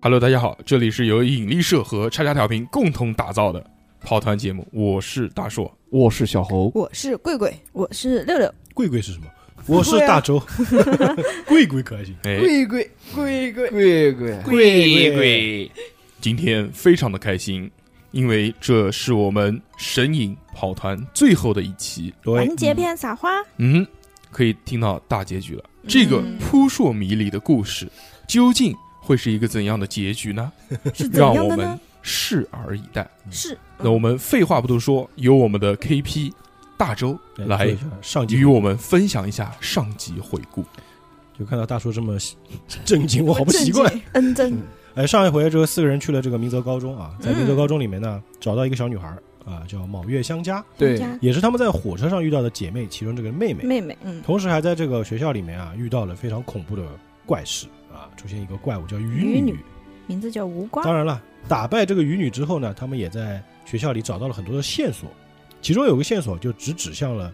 Hello，大家好，这里是由引力社和叉叉调频共同打造的跑团节目，我是大硕。我是小猴，我是贵贵，我是六六，贵贵是什么？我是大周，贵贵可还行？哎，贵贵贵，贵贵贵贵，今天非常的开心，因为这是我们神影跑团最后的一期，对完，结篇撒花，嗯，可以听到大结局了。这个嗯扑朔迷离的故事究竟会是一个怎样的结局呢？是怎让样我的们呢？拭而以待。是，那我们废话不多说，由我们的 KP 大周哎对来做一下上集与我们分享一下上集回顾。就看到大叔这么喜震惊，我好不习惯。嗯，真哎，上一回这个四个人去了这个明泽高中啊，在明泽嗯高中里面呢，找到一个小女孩啊，叫卯月香佳，对家也是他们在火车上遇到的姐妹，其中这个妹妹，妹妹，嗯，同时还在这个学校里面啊，遇到了非常恐怖的怪事啊，出现一个怪物叫鱼鱼女女。名字叫吴瓜，当然了，打败这个鱼女之后呢，他们也在学校里找到了很多的线索，其中有个线索就直指向了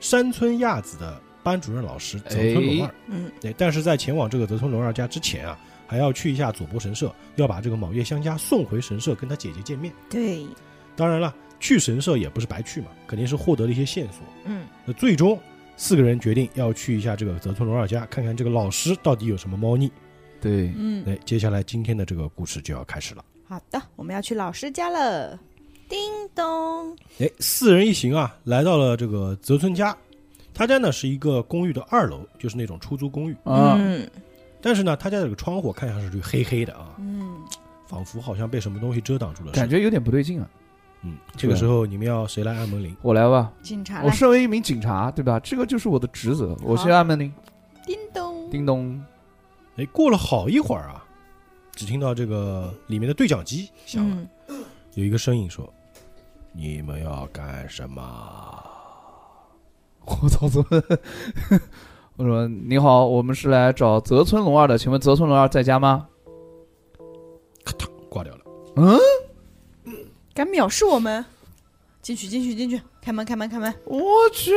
山村亚子的班主任老师泽村龙二。嗯，哎，但是在前往这个泽村龙二家之前啊，还要去一下佐伯神社，要把这个卯月香家送回神社跟他姐姐见面。对，当然了，去神社也不是白去嘛，肯定是获得了一些线索。嗯，那最终四个人决定要去一下这个泽村龙二家，看看这个老师到底有什么猫腻。对，嗯，哎，接下来今天的这个故事就要开始了。好的，我们要去老师家了，叮咚，哎，四人一行啊，来到了这个泽村家。他家呢是一个公寓的二楼，就是那种出租公寓。啊，嗯但是呢，他家这个窗户看上去黑黑的啊，嗯，仿佛好像被什么东西遮挡住了似的。感觉有点不对劲啊。嗯，这个时候你们要谁来按门铃？我来吧，警察我来，身为一名警察，对吧？这个就是我的职责。我先好按门铃，叮咚，叮咚，哎，过了好一会儿啊，只听到这个里面的对讲机响了，嗯，有一个声音说：“你们要干什么我操，怎么？ 我说你好，我们是来找泽村龙二的，请问泽村龙二在家吗？？”挂掉了。嗯，敢藐视我们，进去进去进去，开门开门开门，我去，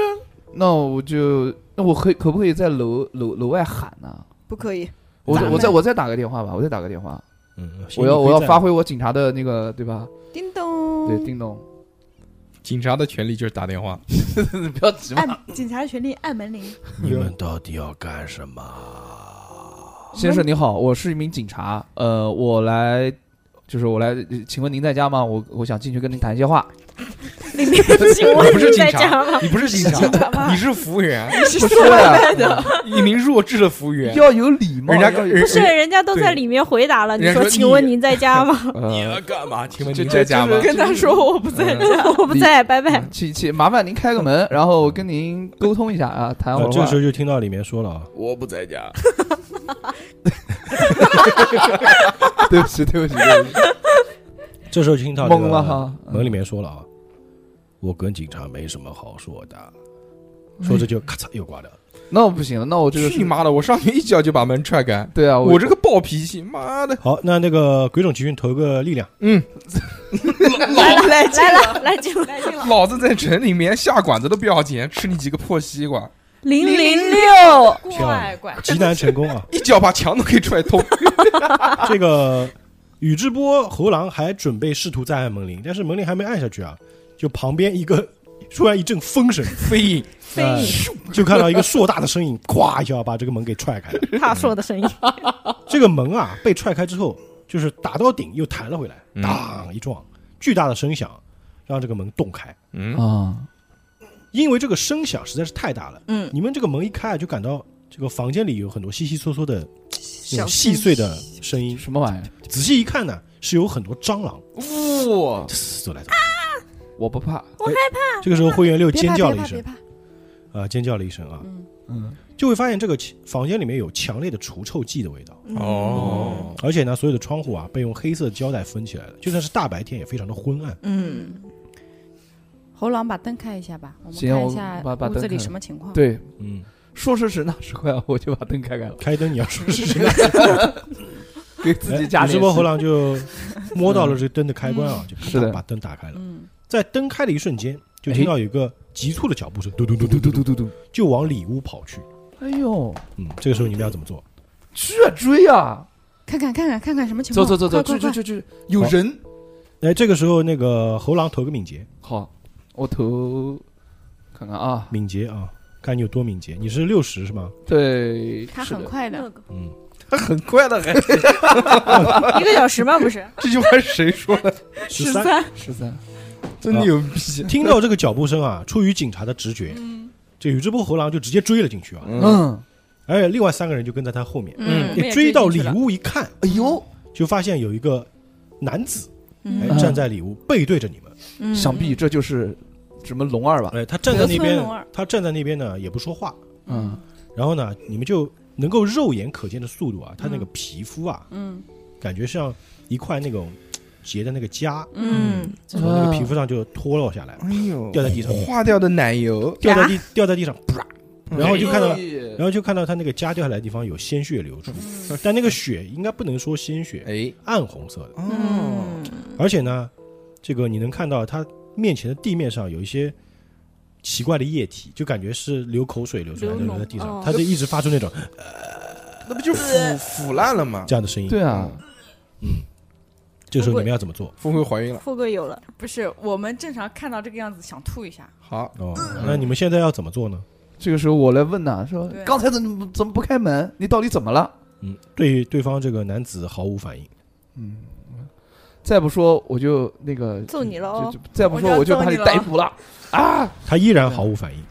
那我就那我可以可不可以在楼楼楼外喊呢、不可以，我咱们我再我再打个电话吧，我再打个电话，嗯，行我要我要发。你可挥以我警察的那个对吧？叮咚，对，叮咚， 警察的权利就是打电话。不要急嘛，按警察的权利按门铃，再你们到底要干什么？先生你好，我是一名警察，呃，我来，就是我来，呃请问您在家吗？我我想进去跟您谈一些话。里面请你不问是你警在察家 吗？你不是警警察察，吗你是服务 员，你是不是说外的。一名弱智的服务员。 要有礼貌，人家要有人不是，人人家都在对里面回答了。人家说：“说请你问您在家 吗你呃要干嘛？请问这你在家吗这？跟他说我不在家，我不你在，拜拜。哎请请麻烦您开个 门，然后我跟您沟通一下啊，谈会哦那儿这话个时。候就听到里面说了啊，我不在家。 对不起，对不起，对不起，这时候就听到这个懵了哈。门里面说了啊，我跟警察没什么好说的，说着就咔嚓又挂掉了。那我不行了，那我这个去你是妈的！我上去一脚就把门踹开。对啊，我这个暴脾气，妈的！好，那那个鬼冢奇骏投个力量，嗯，来了，来了，来进来。老子在城里面下馆子都不要钱，吃你几个破西瓜，零零六，怪怪， 极难成功啊！一脚把墙都给踹 通。这个宇智波猴狼还准备试图再按门铃，但是门铃还没按下去啊，就旁边一个突然一阵风声， 飞影，飞哎就看到一个硕大的身影，咵一下把这个门给踹开了。他说的声音，这个门啊被踹开之后，就是打到顶又弹了回来，嗯当一撞，巨大的声响让这个门洞开。嗯，啊，因为这个声响实在是太大了，嗯，你们这个门一开啊，就感到这个房间里有很多悉悉嗦嗦的那小种细碎的声音。什么玩意儿？仔细一看呢，是有很多蟑螂哇，嘶走来走我不怕，去。这个时候，灰原六别尖怕叫了别一怕声啊别，怕，啊，尖叫了一声啊，嗯嗯，就会发现这个房间里面有强烈的除臭剂的味道，嗯哦，而且呢，所有的窗户啊被用黑色胶带封起来了，就算是大白天也非常的昏暗。嗯，侯狼把灯开一下吧，我们行看我一下把把屋灯开子里了什么情况。对，嗯，说时迟，那时快，我就把灯开开了，开灯你要说是 谁？给自哎己加宇 智点波猴戏。狼就摸到了这个灯的开关嗯啊，就咔是的嚓把灯打开了。嗯，在灯开的一瞬间，就哎听到有一个急促的脚步声，嘟嘟嘟嘟嘟嘟嘟嘟嘟，嘟嘟嘟，就往里屋跑去。哎呦，嗯，这个时候你们要怎么做？去啊追啊！看看看看看看什么情走走况？走走，快去快去快去去，哦有人。哎，这个时候那个猴狼投个敏捷，好，我投，看看啊，敏捷啊，看你有多敏捷。你是六十是吗？对，他是很的，快的，乐哥，嗯，他很快的，还一个小时吗？不是， 这句话是谁说的？十三。三，十三， 真牛逼！听到这个脚步声啊，出于警察的直觉，嗯这宇智波猴狼就直接追了进去啊。嗯，嗯，哎，另外三个人就跟在他后面，嗯我们也也追到里进去了，屋一看，哎呦，就发现有一个男子哎嗯嗯站在里屋背对着你们。嗯，想必这就是什么龙二吧？哎，他站在那德村边龙二，他站在那边呢也不说话。嗯，然后呢，你们就能够肉眼可见的速度啊，他那个皮肤啊，嗯感觉像一块那种结的那个痂，嗯从那个皮肤上就脱落下来，哎呦，掉在地上化掉的奶油，掉在地掉在地上，啪！然后就看到，然了，后就看到他那个痂掉下来的地方有鲜血流出，但那个血应该不能说鲜血，哎，暗红色的，嗯哦，嗯而且呢，这个你能看到他面前的地面上有一些。奇怪的液体，就感觉是流口水流出来的，流脓流在地上，哦他就一直发出那 种那不就腐腐烂了吗？这样的声音。对啊，这个时候你们要怎么做？富贵怀孕了，富贵有了，不是，我们正常看到这个样子想吐一下，好，哦，那你们现在要怎么做呢？这个时候我来问呐，说对刚才怎么怎么不开门？你到底怎么了？嗯，对对方这个男子毫无反应。再不说我就那个，揍你了就哦就，再不说我就要我就把揍你你了逮捕了啊！他依然毫无反应。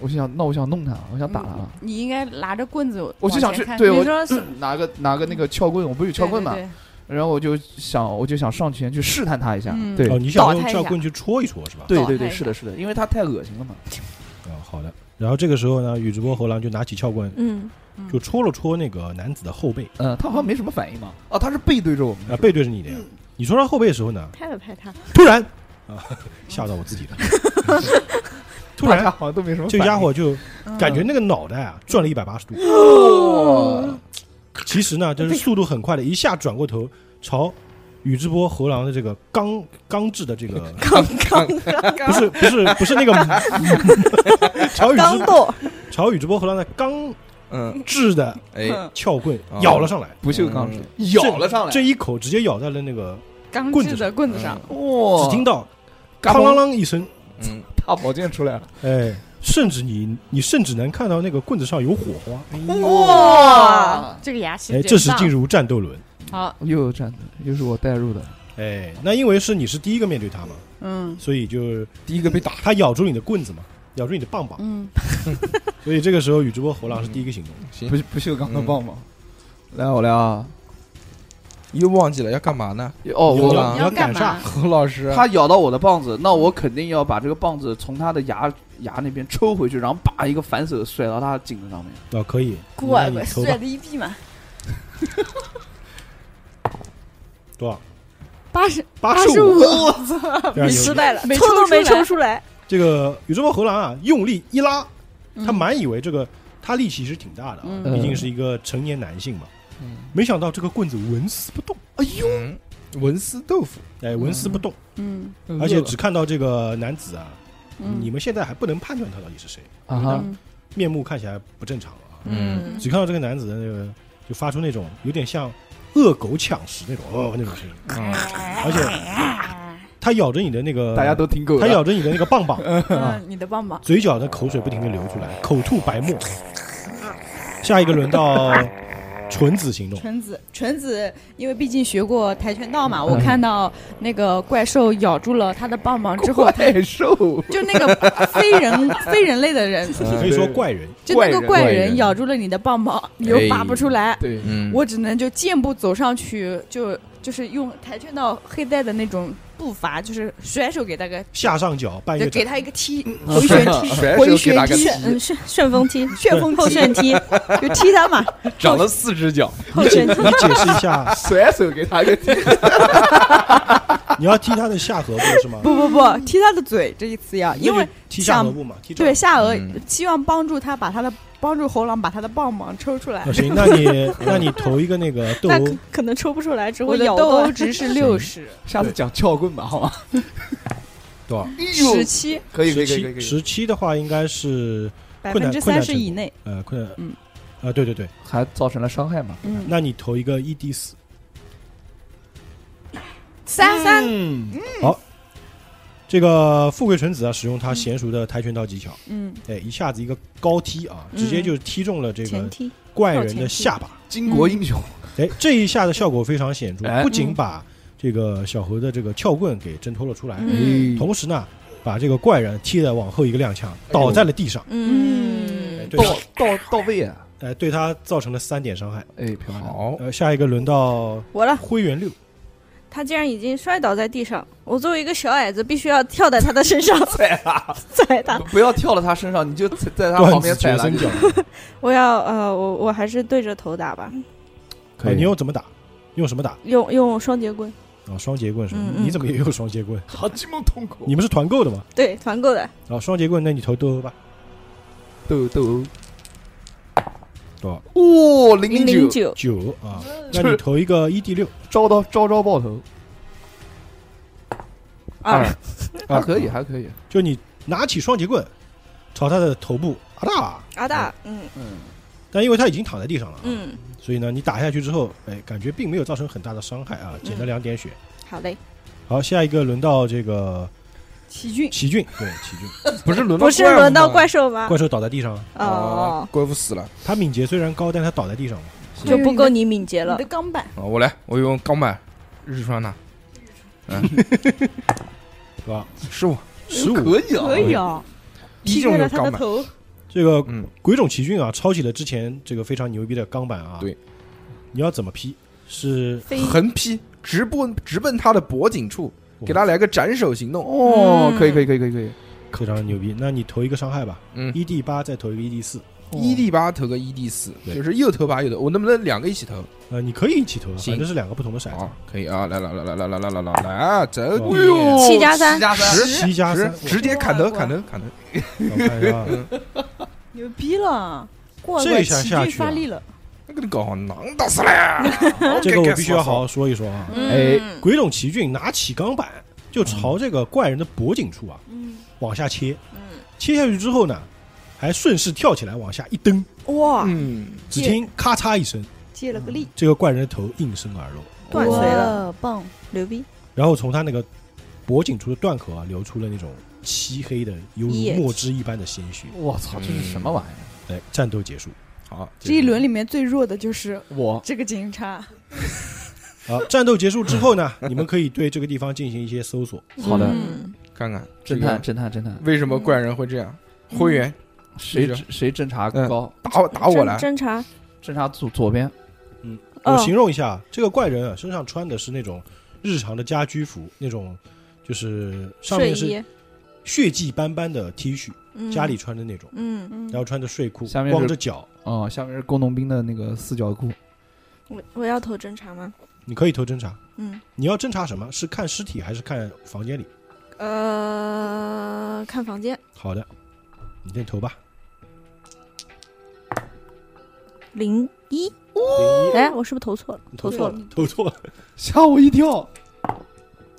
我就想，那我想弄他，嗯我想打啊他，你应该拿着棍子往前看，我就想去，对对我你说是拿个拿个那个撬棍，我不是有撬对棍嘛，对然后我就想我就想上前去试探他一下，嗯对哦，你想倒用他一撬下棍去戳一戳是吧？对倒对他对，一是的，是的，因为他太恶心了嘛，哦，好的。然后这个时候呢，宇智波猴狼就拿起撬棍，嗯就戳了戳那个男子的后背，嗯，他好像没什么反应嘛，哦，他是背对着我们啊，，背对着你的呀。嗯你戳他后背的时候呢，拍了拍他，突然啊，吓到我自己 了。突大家然，好像都没什么反这应，个家伙就嗯感觉那个脑袋啊转了一百八十度。哦，其实呢，就是速度很快的，一下转过头朝宇智波猴狼的这个钢 钢制的这个刚刚不刚是不是不是那个 朝宇刚智斗，朝宇智波猴狼的钢嗯，制的 哎，撬棍哦咬了上来，不锈钢制嗯咬了上来，这一口直接咬在了那个，刚棍子掷的棍子上，哇，只听到嘎哐嘣啷啷一声，嗯，大宝剑出来了，哎，甚至你你甚至能看到那个棍子上有火花，嗯哇，这个牙齿哎，这时进入战斗轮，好，又战斗，又是我带入的，哎，那因为是你是第一个面对他嘛， 啊嗯所以就第一个被打，他咬住你的棍子嘛，咬住你的棒棒，嗯，所以这个时候宇智波猴狼是第一个行动的，行不，不锈钢的棒棒，嗯来我来啊，又忘记了要干嘛呢？哦，你我要你你要要干赶上嘛？何老师，啊他咬到我的棒子，那我肯定要把这个棒子从他的牙牙那边抽回去，然后把一个反手甩到他的颈子上面。啊，可以，乖那乖，你投帅吧的一逼嘛，多少？八十八八十十五，我 非常牛失逼。败了，没抽抽都出没来抽出来，这个宇智波猴狼啊，用力一拉，他嗯满以为这个他力气是挺大的啊，嗯毕竟是一个成年男性嘛。嗯没想到这个棍子纹丝不动，嗯，文思豆腐，哎，纹丝不动，嗯而且只看到这个男子啊，嗯，你们现在还不能判断他到底是谁，啊哈哈，嗯面目看起来不正常啊。嗯，只看到这个男子的那个，就发出那种有点像恶狗抢食那种哦那种声音，嗯而且哎他咬着你的那个，大家都听够他了。咬着你的那个棒棒，嗯，你的棒棒，嘴角的口水不停的流出来，口吐白沫。下一个轮到纯子行动，纯子，纯子，因为毕竟学过跆拳道嘛，嗯我看到那个怪兽咬住了他的棒棒 之后，太瘦，就那个非人非人类的人，嗯可以说怪人。就那个怪怪人人咬住了你的棒棒，你又拔不出来，对，嗯，我只能就健步走上去，就就是用跆拳道黑带的那种步伐，就是甩手给他个，下上角半就月给斩，他一个踢，回旋踢，甩手回给他个旋踢踢，旋嗯旋旋风踢， 旋风后踢，旋踢， 就踢他嘛，长了四只脚， 后旋踢，你解释一下，甩手给他一个踢。你要踢他的下颌部是吗？ 不不不，踢他的嘴这一次要，嗯因为那就踢下颌部嘛，踢这对儿。下颚嗯，希望帮助他把他的帮助猴狼把他的棒棒抽出来那，哦行，那你那你投一个那个斗那殴，可能抽不出来，只我会的咬斗到殴。值是六十， 下次讲撬棍吧，好 吗？多少？ 哎十 七可以可十以可以可七，以，十七的话应该是百困分难之困三难十程度以内，呃困难嗯啊，对对对，还造成了伤害嘛？嗯，那你投一个 ED 四，三三，嗯，好。这个富贵纯子啊，使用嗯他娴熟的跆拳道技巧，嗯，哎，一下子一个高踢啊，直接就踢中了这个嗯前踢，怪人的下巴。巾帼英雄，哎，这一下的效果非常显著嗯哎，不仅把这个小猴的这个撬棍给挣脱了出来，哎嗯同时呢，把这个怪人踢得往后一个踉跄，倒在了地上。哎嗯，对到他，到到位啊！哎，对他造成了三点伤害。哎，漂亮！好，呃，下一个轮到我了。灰原六，他竟然已经摔倒在地上，我作为一个小矮子，必须要跳在他的 身上踩啊！踩他。不要跳到他身上，你就踩在他旁断边子踩绝了孙。脚。我要呃，我我还是对着头打吧，可哎，以你用怎么打？用什么打？用用双节棍。啊，双节棍是吧？嗯嗯你怎么也有双节棍？好这么痛苦你们是团购的吗？对，团购的，啊，双节棍，那你投斗殴吧。豆豆多少？哦，零零零零九，九，九啊，那你投一个一 d 六，招到招招爆头，二还啊可以，还可以。就你拿起双节棍，朝他的头部啊哒，阿大，嗯嗯，但因为他已经躺在地上了，，嗯，所以呢，你打下去之后，哎，感觉并没有造成很大的伤害啊，减了两点血。好嘞，好，下一个轮到这个奇骏，奇骏，对，奇骏，不是轮不是轮到怪兽啊吗？怪兽倒在地上了，哦，怪物死了。他敏捷虽然高，但他倒在地上了。就不够你敏捷哎你哦了的，钢板，啊，我来，我用钢板日川呐，是吧？是我十五，可以啊，可以啊，一劈种开就了是他钢的板，头，这个嗯，鬼冢奇骏啊，抄起了之前这个非常牛逼的钢板啊。对，你要怎么劈？是飞横劈直奔直奔他的脖颈处，哇给他来个斩首行动。哦，嗯可以可以可以可以可以。非常牛逼。那你投一个伤害吧，嗯，一 d 八再投一个一 d 四。一 d 八投个一 d 四，对就是又投八又投，我能不能两个一起投？呃，你可以一起投，行反正是两个不同的骰好子。，可以啊，来来来来来来来来来来啊，走哇你！七加三七加三，十七加十三，直接砍头砍头砍头，我看一下 啊，牛逼了，怪这怪一下奇下骏去发了。力了，那个你搞好囊打死了这个我必须要好好说一说啊。哎嗯，鬼冢奇骏拿起钢板就朝这个怪人的脖颈处啊嗯往下切，嗯，切下去之后呢，还顺势跳起来往下一蹬，哇，嗯，只听咔嚓一声，借了个力，这个怪人的头应声而落，断髓了，哇，棒，牛逼，然后从他那个脖颈处的断口啊流出了那种漆黑的犹如液体墨汁一般的鲜血。我操，这是什么玩意儿？哎，战斗结束。好，这一轮里面最弱的就是我这个警察，好，战斗结束之后呢， 你们可以对这个地方进行一些搜索。好的嗯看看这侦个探侦探侦探，为什么怪人会这样？灰原谁是侦谁侦查嗯高？打我打我来，侦侦查，侦查组左边我哦形容一下，这个怪人啊，身上穿的是那种日常的家居服，那种就是上睡面是衣，血迹斑斑的 T 恤，嗯家里，穿的那种，嗯，嗯然后穿着睡裤，下面是光着脚，哦，下面是工农兵的那个四角裤。我我要投侦查吗？你可以投侦查。嗯，你要侦查什么？是看尸体还是看房间里？呃，看房间，好的，你先投吧。零零一，一哎，我是不是投错了？你投投错错了，了，投错了， 吓我一跳！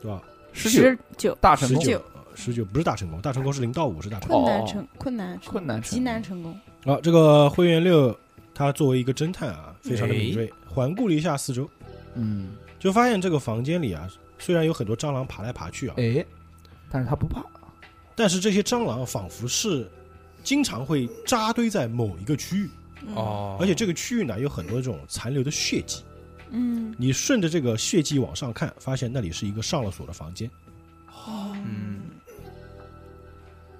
对吧？十九十九，大成十功，九，十九不是大成功，大成功是零到五是大成功。困难哦成困难成困难成极难成功，啊，这个灰原六他作为一个侦探啊，哎非常的敏锐，环顾了一下四周，嗯，就发现这个房间里啊，虽然有很多蟑螂爬来爬去啊，哎，但是他不怕，但是这些蟑螂仿佛是经常会扎堆在某一个区域，嗯，哦而且这个区域呢有很多这种残留的血迹。嗯，你顺着这个血迹往上看，发现那里是一个上了锁的房间。嗯，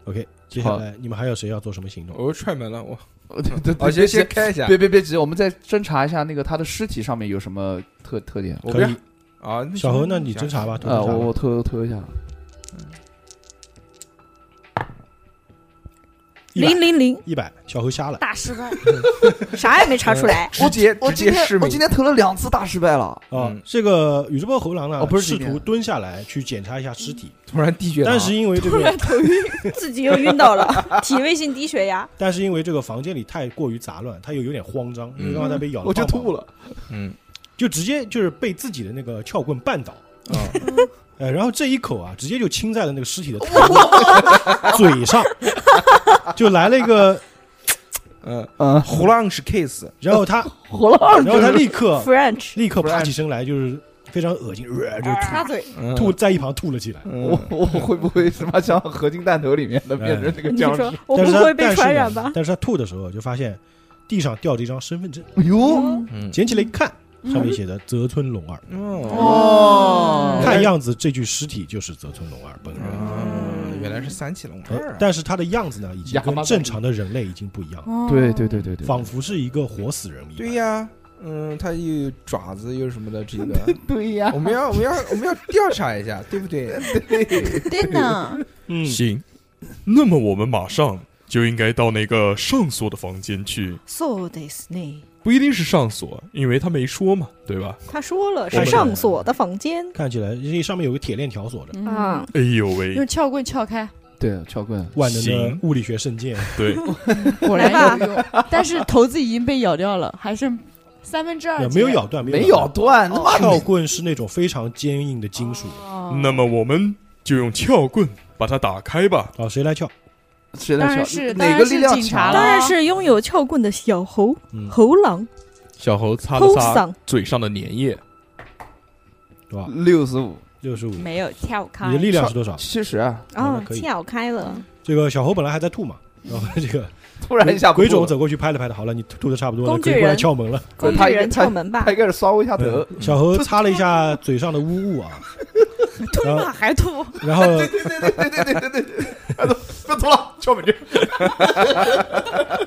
OK，接下来你们还有谁要做什么行动？我又踹门了，我呃 对对哦对，先别先急，开一下，别别别急，我们再侦查一下那个他的尸体上面有什么特特点。我不可要以，啊，那小何，行那你侦查吧，呃，我偷侦我偷偷一下，查吧，零零零，一百，小何瞎了。大失败，啥也没查出来，直接直接失明，天投了两次大失败了，啊、嗯这个宇智波猴狼呢，哦不是试今图天蹲下来去检查一下尸体，突然地穴但是因为这个，自己又 晕倒了，体位性低血压，但是因为这个房间里太过于杂乱，他又有点慌张，因为刚刚他被咬了，嗯我就吐，了。嗯就直接就是被自己的那个撬棍绊倒， 啊，呃，然后这一口啊，直接就亲在了那个尸体 的头部嘴上，就来了一 个，嗯，嗯，胡浪是 kiss，然后他，活了二然后他立刻 ，French，立刻爬起身来，就是非常恶心，呃就插嘴，嗯吐吐在一旁吐了起来。我嗯我会不会他妈像合金弹头里面的变成那个你僵尸？说我但不是他会被但是传呢染吧？但是他吐的时候就发现地上掉着一张身份证，哎呦，嗯捡起来一看，上面写的泽村龙二。哦，哦看样子这具尸体就是泽村龙二本人。嗯原来是三起龙哎二啊，但是他的样子呢，已经亚麻跟瓜正常的人类已经不一样了，哦对对对嗯对对，仿佛是一个活死人一对般。呀，嗯，他又有爪子又什么的，这个对呀我，们要我们要我们要调查一下，对不对？ 对 呢，嗯行，那么我们马上就应该到那个上锁的房间去， So this name，不一定是上锁，因为他没说嘛，对吧？他说了我是们上锁的房间看起来因为上面有个铁链条锁着，啊嗯，，哎呦喂，用撬棍撬开，对，撬棍，万能的行物理学圣剑。对，果来 吧然有用，但是头子已经被咬掉了，还剩三分之二呃节，没有咬断，没咬咬断，他妈断。撬的，棍是那种非常坚硬的金属。哦那么我们就用撬棍把它打开吧。啊，谁来撬？谁来当然撬？是当哪然个是力量警察强？当然是拥有撬棍的小猴嗯，猴狼小猴擦了猴擦嗓，嘴上的粘液，对吧？六十五，六十五，你没有跳开的力量是多少？七十啊！啊啊那可以，撬开了，这个小猴本来还在吐嘛，然后这个嗯 突然一下不鬼吐冢了，嗯走过去拍了拍他，好了，你吐吐的差不多了，工具可以过来人撬门了。工他具人撬门吧他，应该是稍微一下头，嗯小猴擦了一下嘴上的污物 啊，吐然后嘛还吐， 然后不吐了，敲门去。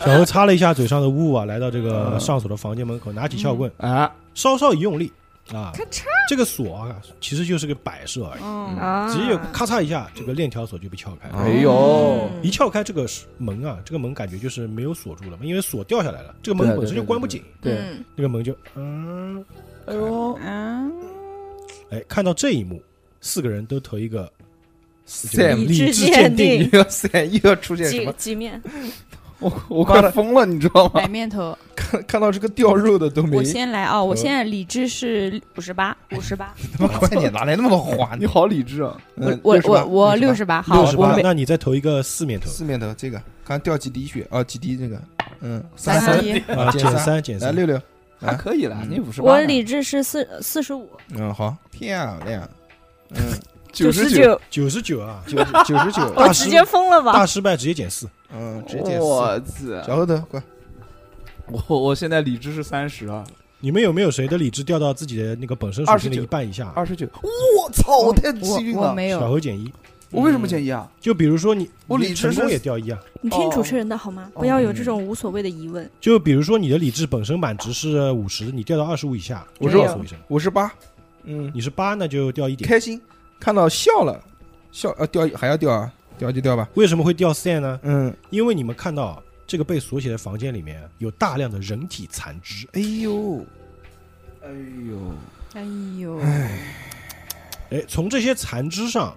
小猴擦了一下嘴上的污物啊，来到这个上锁的房间门口，拿起撬棍，啊，稍稍一用力啊咔嚓，这个锁啊其实就是个摆设而已，嗯，啊，只有咔嚓一下，这个链条锁就被撬开了。哎呦，一撬开这个门啊，这个门感觉就是没有锁住了嘛，因为锁掉下来了，这个门对本身就关不紧，对，嗯那个门就嗯，哎呦，嗯，哎，看到这一幕，四个人都投一个三理理智智鉴定 定，又要三又要出现什几么？几面，我我快疯了，你知道吗摆？面头，看看到这个掉肉的都没我，先来嗯啊，我现在理智是五十八，五十八，他妈快点，哪来那么多花你？好理智啊！嗯我68我我六68十八，好六，十我八，没那你再投一个四面头，四面头，这个刚掉几滴血啊，几滴这个，嗯， 三三十一，啊，减三减来三，六六，还啊可以了，嗯你五十八，我理智是四四十五，嗯，好，漂亮，嗯，九十九，九，九十九啊，九九十九，我直接疯了吧大？失败直接减四，嗯，直接四。我操！小后头，快，我我现在理智是三十啊，你们有没有谁的理智掉到自己的那个本身属性的一半以下？二十九。我操！我太哦我幸运啊我了。没小有，猴减一，我为什么建议啊？就比如说你，我你理智成功是也掉一啊，你听主持人的好吗？哦不要有这嗯种无所谓的疑问。就比如说你的理智本身满值是五十，你掉到二十五以下，我就说告诉我一声，五十八，嗯，你是八那就掉一点。开心，看到笑了，笑呃掉还要掉啊，掉就掉吧，为什么会掉线呢？嗯，因为你们看到这个被锁起来的房间里面有大量的人体残肢，哎呦，哎呦，哎呦，哎，从这些残肢上，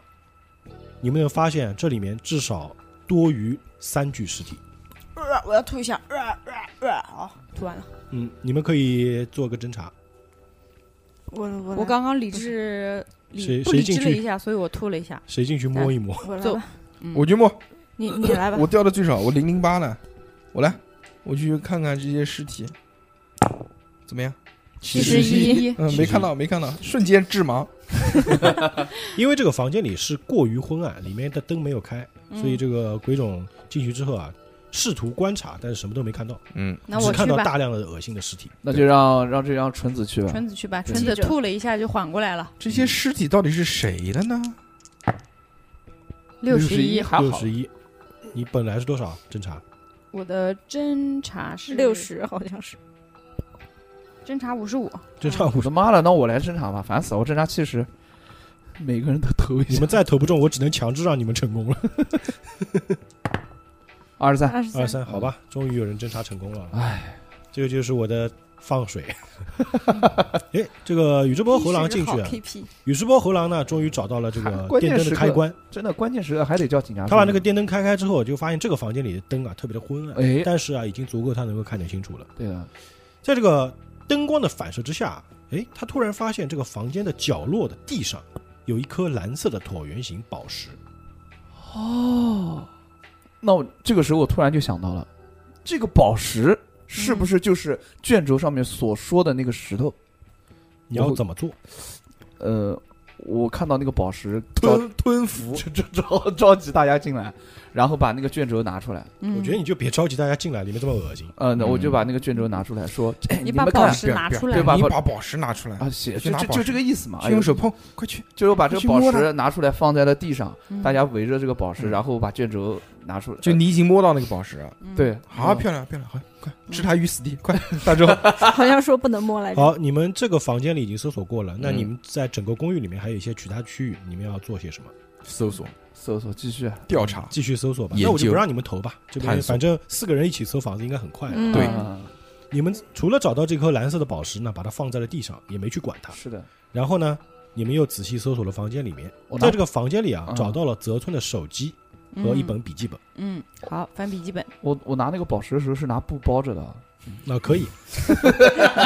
你们能发现这里面至少多于三具尸体。呃我要吐一下，呃呃呃，好，吐完了。嗯，你们可以做个侦查，我我我刚刚理智谁理不谁理进智去了一下，所以我吐了一下。谁进去摸一摸？我来走吧，嗯我去摸，你你来吧。 我掉的最少，我零零八呢，我来，我去看看这些尸体，怎么样？七十一，嗯，没看到，没看到，瞬间致盲。因为这个房间里是过于昏暗，里面的灯没有开，所以这个鬼冢进去之后啊，试图观察，但是什么都没看到，嗯，那只我看去到吧，大量的恶心的尸体。那就让让这让纯子去吧。纯子去吧，对纯子吐了一下就缓过来了，这些尸体到底是谁的呢？六十十一。还六好十，一，你本来是多少？侦查我的侦查是六，十好像是，侦查五十五，侦查 五我十，说妈了，那我来侦查吧，烦死了，我侦查七十，每个人都投一你下们，再投不中，我只能强制让你们成功了。二十三，二二十十，三，好吧，终于有人侦查成功了。啊哎，这个就是我的放水。哎，这个宇智波猴狼进 去，啊， KP，宇智波猴狼呢，终于找到了这个关键电灯的时刻嗯开关。真的关键时刻还得叫警察。他把那个，电灯开开之后，就发现这个房间里的灯啊特别的昏暗，哎，但是啊已经足够他能够看得清楚了。对啊的，在这个灯光的反射之下，哎，他突然发现这个房间的角落的地上有一颗蓝色的椭圆形宝石。哦，那我这个时候我突然就想到了，这个宝石是不是就是卷轴上面所说的那个石头？你要怎么做？呃，我看到那个宝石，吞吞服，召召召集大家进来，然后把那个卷轴拿出来。嗯我嗯觉得你就别着急大家进来，里面这么恶心。呃，那我就嗯把那个卷轴拿出来说，哎你你把们宝看石拿出来对吧你把把宝石拿出来，啊，写去就拿就宝就石这个意思嘛。哎去呦用手碰，快去！就是把这个去宝摸石它拿出来放在了地上，嗯大家围着这个宝石，嗯然后把卷轴拿出来。就你已经摸到那个宝石了，嗯呃对，好漂亮漂亮，快快置它于死地，快大周，好像说不能摸来着。好，你们这个房间里已经搜索过了，那你们在整个公寓里面还有一些其他区域，你们要做些什么？ 搜索搜索继续。调查，继续搜索吧。研究那我就不让你们投吧，这边探索反正四个人一起搜房子应该很快的。嗯对嗯你们除了找到这颗蓝色的宝石呢，把它放在了地上，也没去管它。是的，然后呢，你们又仔细搜索了房间里面，我拿在这个房间里啊嗯，找到了泽村的手机和一本笔记本。嗯，嗯好，翻笔记本，我我拿那个宝石的时候是拿布包着的，那可以，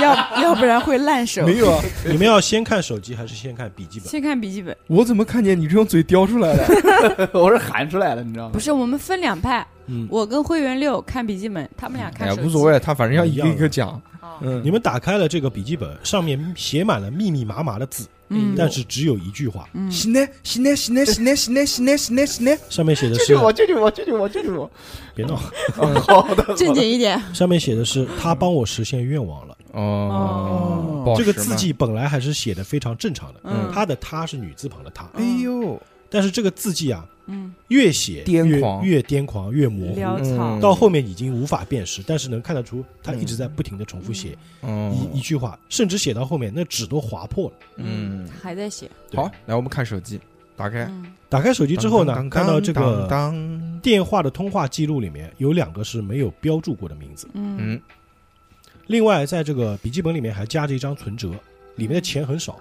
要要不然会烂手。没有啊？你们要先看手机还是先看笔记本？先看笔记本。 我怎么看见你这种嘴叼出 来的？我是喊出来的，你知道吗不？是，我们分两派，嗯，我跟会员六看笔记本，他们俩哎看呀手，机。无所谓，他反正要一一个一样个讲，哦嗯，你们打开了这个笔记本，上面写满了密密麻麻的字，嗯，但是只有一句话，嗯，行嘞行嘞行嘞行嘞行嘞行嘞行嘞行嘞，上面写的救是救我！救救我！救救我！救救我！别闹，好的，正经一点。上面写的是他帮我实现愿望了。哦哦，宝这个石字嘛，迹本来还是写的非常正常的，嗯他的他是女字旁的他，哎呦，但是这个字迹啊，嗯，越写越癫狂越癫狂，越模糊。潦草嗯，到后面已经无法辨识，但是能看得出他一直在不停的重复写嗯一一句话，甚至写到后面那纸都划破了。嗯，哎还在写。对好，来我们看手机，打开。嗯打开手机之后呢，当当看到这当个当，电话的通话记录里面有两个是没有标注过的名字，嗯嗯，另外在这个笔记本里面还夹着一张存折，里面的钱很少，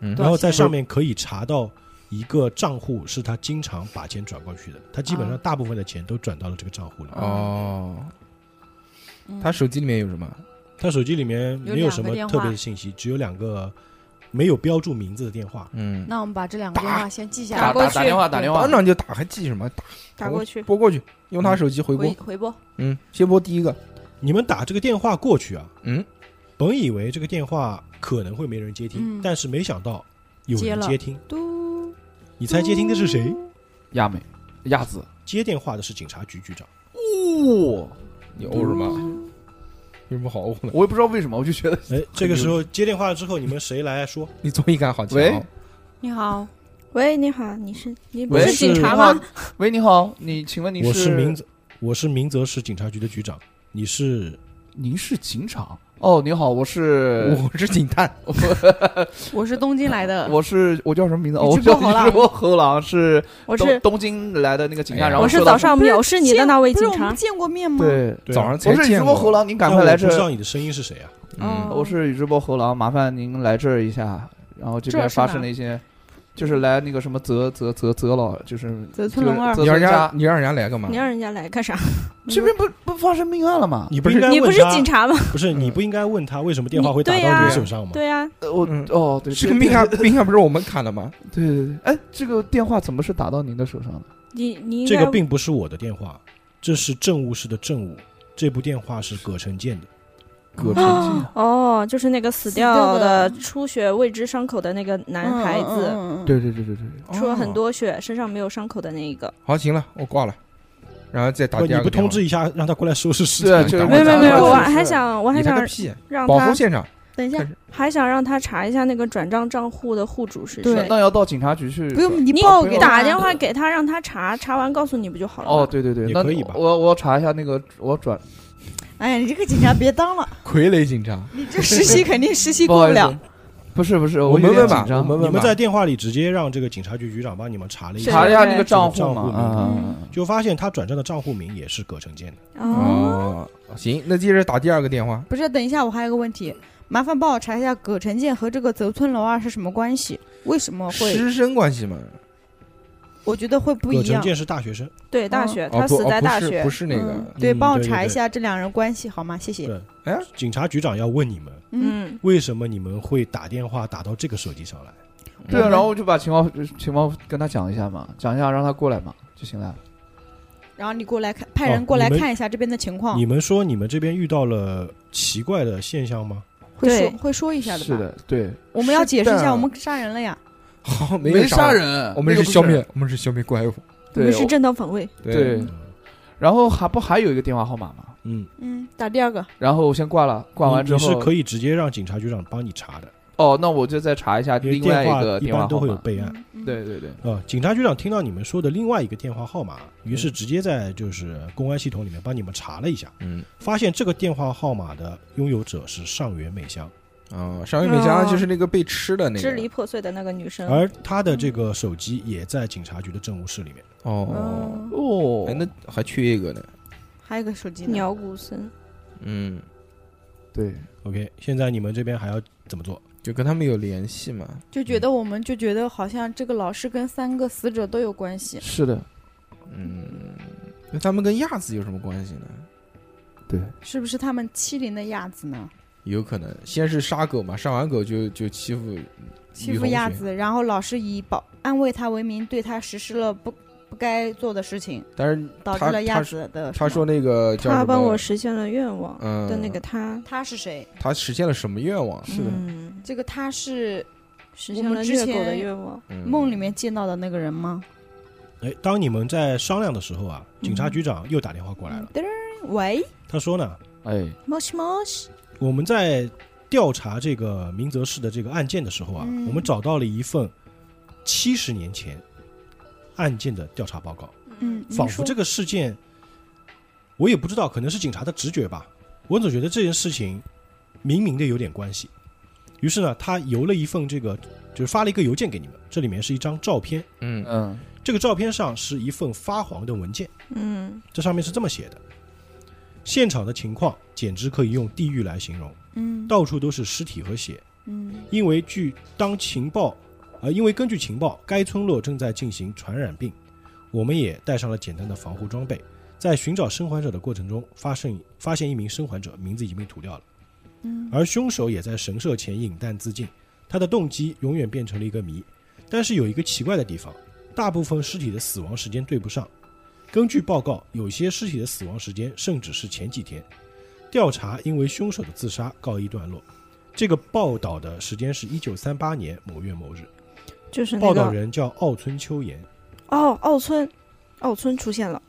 嗯然后在上面可以查到一个账户是他经常把钱转过去的，他基本啊上大部分的钱都转到了这个账户里。哦，嗯他手机里面有什么？他手机里面没有什么有两个特别的信息，只有两个没有标注名字的电话。嗯，那我们把这两个电话先记下打来，过打去打电话打电话当，场就打，还记什么？打打过去，拨过去，用他手机回拨回。回拨。嗯，先拨第一个。你们打这个电话过去啊，嗯，本以为这个电话可能会没人接听，嗯但是没想到有接人了接听。嘟，你猜接听的是谁？亚美亚子，接电话的是警察局局长。哦，你呕什么？有什么好呕的？ 我也不知道为什么，我就觉得哎，这个时候接电话了之后，你们谁来说？你综艺感好强哦。喂你好，喂，你好，你是你不喂是警察啊吗？？喂，你好，你请问您我是是明泽，我是明泽市警察局的局长。你是您是警长？哦，你好，我是我是警探，我是东京来的，我是我叫什么名字？哦，你我是不叫是猴你狼是我猴狼，是我东是东京来的那个警察，哎呀然后我是受到早上藐视你的那位警不是我察们。见过面吗？嗯对，啊早上我才是宇见智波猴过。狼，您赶但快我来不知道这。你的声音是谁啊？嗯，我是宇智波猴狼，麻烦您来这儿一下。然后这边这是发哪生了一些，就是来那个什么泽泽泽泽老，就是泽就村是龙二。泽你让村人家家，你让人家来干嘛你？让人家来干啥？这边不不嗯发生命案了吗？你不应该你不问是他哦警察吗？不是你不应该问他为什么电话会打你对到呀你手上吗？对啊，呃我嗯哦，对，这对个命案，命案不是我们砍的吗？对对对，哎，这个电话怎么是打到您的手上的？你你应这该个并不是我的电话，这是政务室的政务。这部电话是葛城建的，葛城记，哦，就是那个死掉掉的的出血未知伤口的那个男孩子，嗯，对对对对对，对 出了很哦。多血，身上没有伤口的那一个。好，行了，我挂了，然后再打不第你二不个电通话。知一下让他过来收拾尸对体？就是啊没有没有没有，我我还想我还你他想个屁！啊让保护他现场，等一下开始，还想让他查一下那个转账账户的户主是那谁。那要到警察局去。不用你你报给打他电话给他，让他查，查完告诉你不就好了吗？哦，对对对，也那可以吧我我查一下那个，我转哎呀，你这个警察别当了，傀儡警察。你这实习肯定实习不好过意不思了。不是不是，我们有点问吧紧，张我们你问吧们。在电话里直接让这个警察局局长帮你们查了一下，对查一下那个账这个户账嘛户名啊。就发现他转账的账户名也是葛城建的。哦，哦，行，那接着打第二个电话。不是，等一下，我还有个问题，麻烦帮我查一下葛城建和这个泽村龙二是什么关系？为什么会？师生关系嘛？我觉得会不葛一城样。建是大学生，对，大学，哦他不死在哦不大是学不。是那个嗯，对，嗯帮我对对查一对下这两人关系好吗？谢谢。对哎警察局长要问你们嗯，为什么你们会打电话打到这个手机上来？对啊，嗯然后我就把情况情况跟他讲一下嘛，讲一下让他过来嘛就行了。然后你过来看，派哦人过来你哦们看一下这边的情况你。们说你们这边遇到了奇怪的现象吗？会说对会说一下的吧？是，的，对，我们要解释一是的下，我们杀人了呀。好，没有没杀，人，我们那个是不消灭，，我们是消灭怪物。我对们是正当防卫。对。然后还不还有一个电话号码吗？嗯，嗯，打第二个，然后我先挂了，挂完你之你是后，可以直接让警察局长帮你查的，哦，那我就再查一下因为另外电话个一电话般号都会有码。备案。嗯，对对对，呃，警察局长听到你们说的另外一个电话号码，于嗯是直接在就是公安系统里面帮你们查了一下，嗯，发现这个电话号码的拥有者是上原美香，啊，上月美香就是那个被吃的那支离个。破碎的那个女嗯生。而她的这个手机也在警察局的政务室里面。哦，嗯，哦哎，，那还缺一个呢。还有一个手机呢鸟谷森，嗯，对， OK，现在你们这边还要怎么做？就跟他们有联系嘛。就觉得我们就觉得好像这个老师跟三个死者都有关系，是的，嗯，那他们跟亚子有什么关系呢？对，是不是他们欺凌的亚子呢？有可能先是杀狗嘛，杀完狗就就欺负欺于负红亚雪子，然后老师以保安慰他为名，对他实施了不不该做的事情，但是导致他了亚他子的什么。他说那个叫她什帮么我实现了愿望嗯的那个她，他是谁？他实现了什么愿望？是的嗯这个他是实我现们了之虐狗前的愿望。嗯梦里面见到的那个人吗？哎，当你们在商量的时候啊，警察局长又打电话过来了，嗯。喂，他说呢，哎，莫西莫西，我们在调查这个明泽市的这个案件的时候啊，嗯我们找到了一份七十年前案件的调查报告。嗯，你仿佛说这个事件，我也不知道，可能是警察的直觉吧。我总觉得这件事情明明的有点关系。于是呢，他邮了一份这个，就是发了一个邮件给你们，这里面是一张照片，嗯嗯，这个照片上是一份发黄的文件，嗯，这上面是这么写的：现场的情况简直可以用地狱来形容，嗯到处都是尸体和血。嗯因为据当情报，呃，因为根据情报，该村落正在进行传染病，我们也带上了简单的防护装备。在寻找生还者的过程中，发生发现一名生还者，名字已经被涂掉了，嗯而凶手也在神社前引弹自尽，他的动机永远变成了一个谜。但是有一个奇怪的地方，大部分尸体的死亡时间对不上。根据报告，有些尸体的死亡时间甚至是前几天。调查因为凶手的自杀告一段落。这个报道的时间是一九三八年某月某日，就是那报道个人叫奥村秋言。哦，奥村，奥村出现了，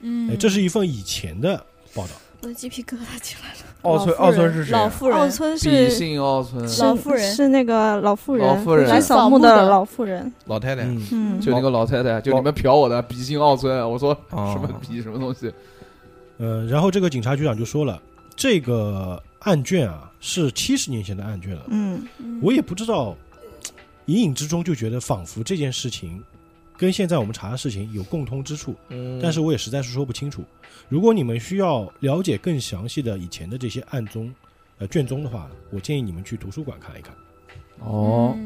嗯哎，这是一份以前的报道。我的鸡皮疙瘩起来了。奥村奥村是谁啊？老妇人，奥村比是姓奥村，是老妇人是那个老妇人，老妇人来扫墓的老妇人。老太太。嗯，嗯，就那个老太太，就你们瞟我的，比姓奥村，我说哦什么比什么东西，呃，然后这个警察局长就说了，这个案卷啊是七十年前的案卷了。嗯，我也不知道，隐隐之中就觉得仿佛这件事情跟现在我们查的事情有共通之处，嗯但是我也实在是说不清楚。如果你们需要了解更详细的以前的这些案宗，呃卷宗的话，我建议你们去图书馆看一看。哦，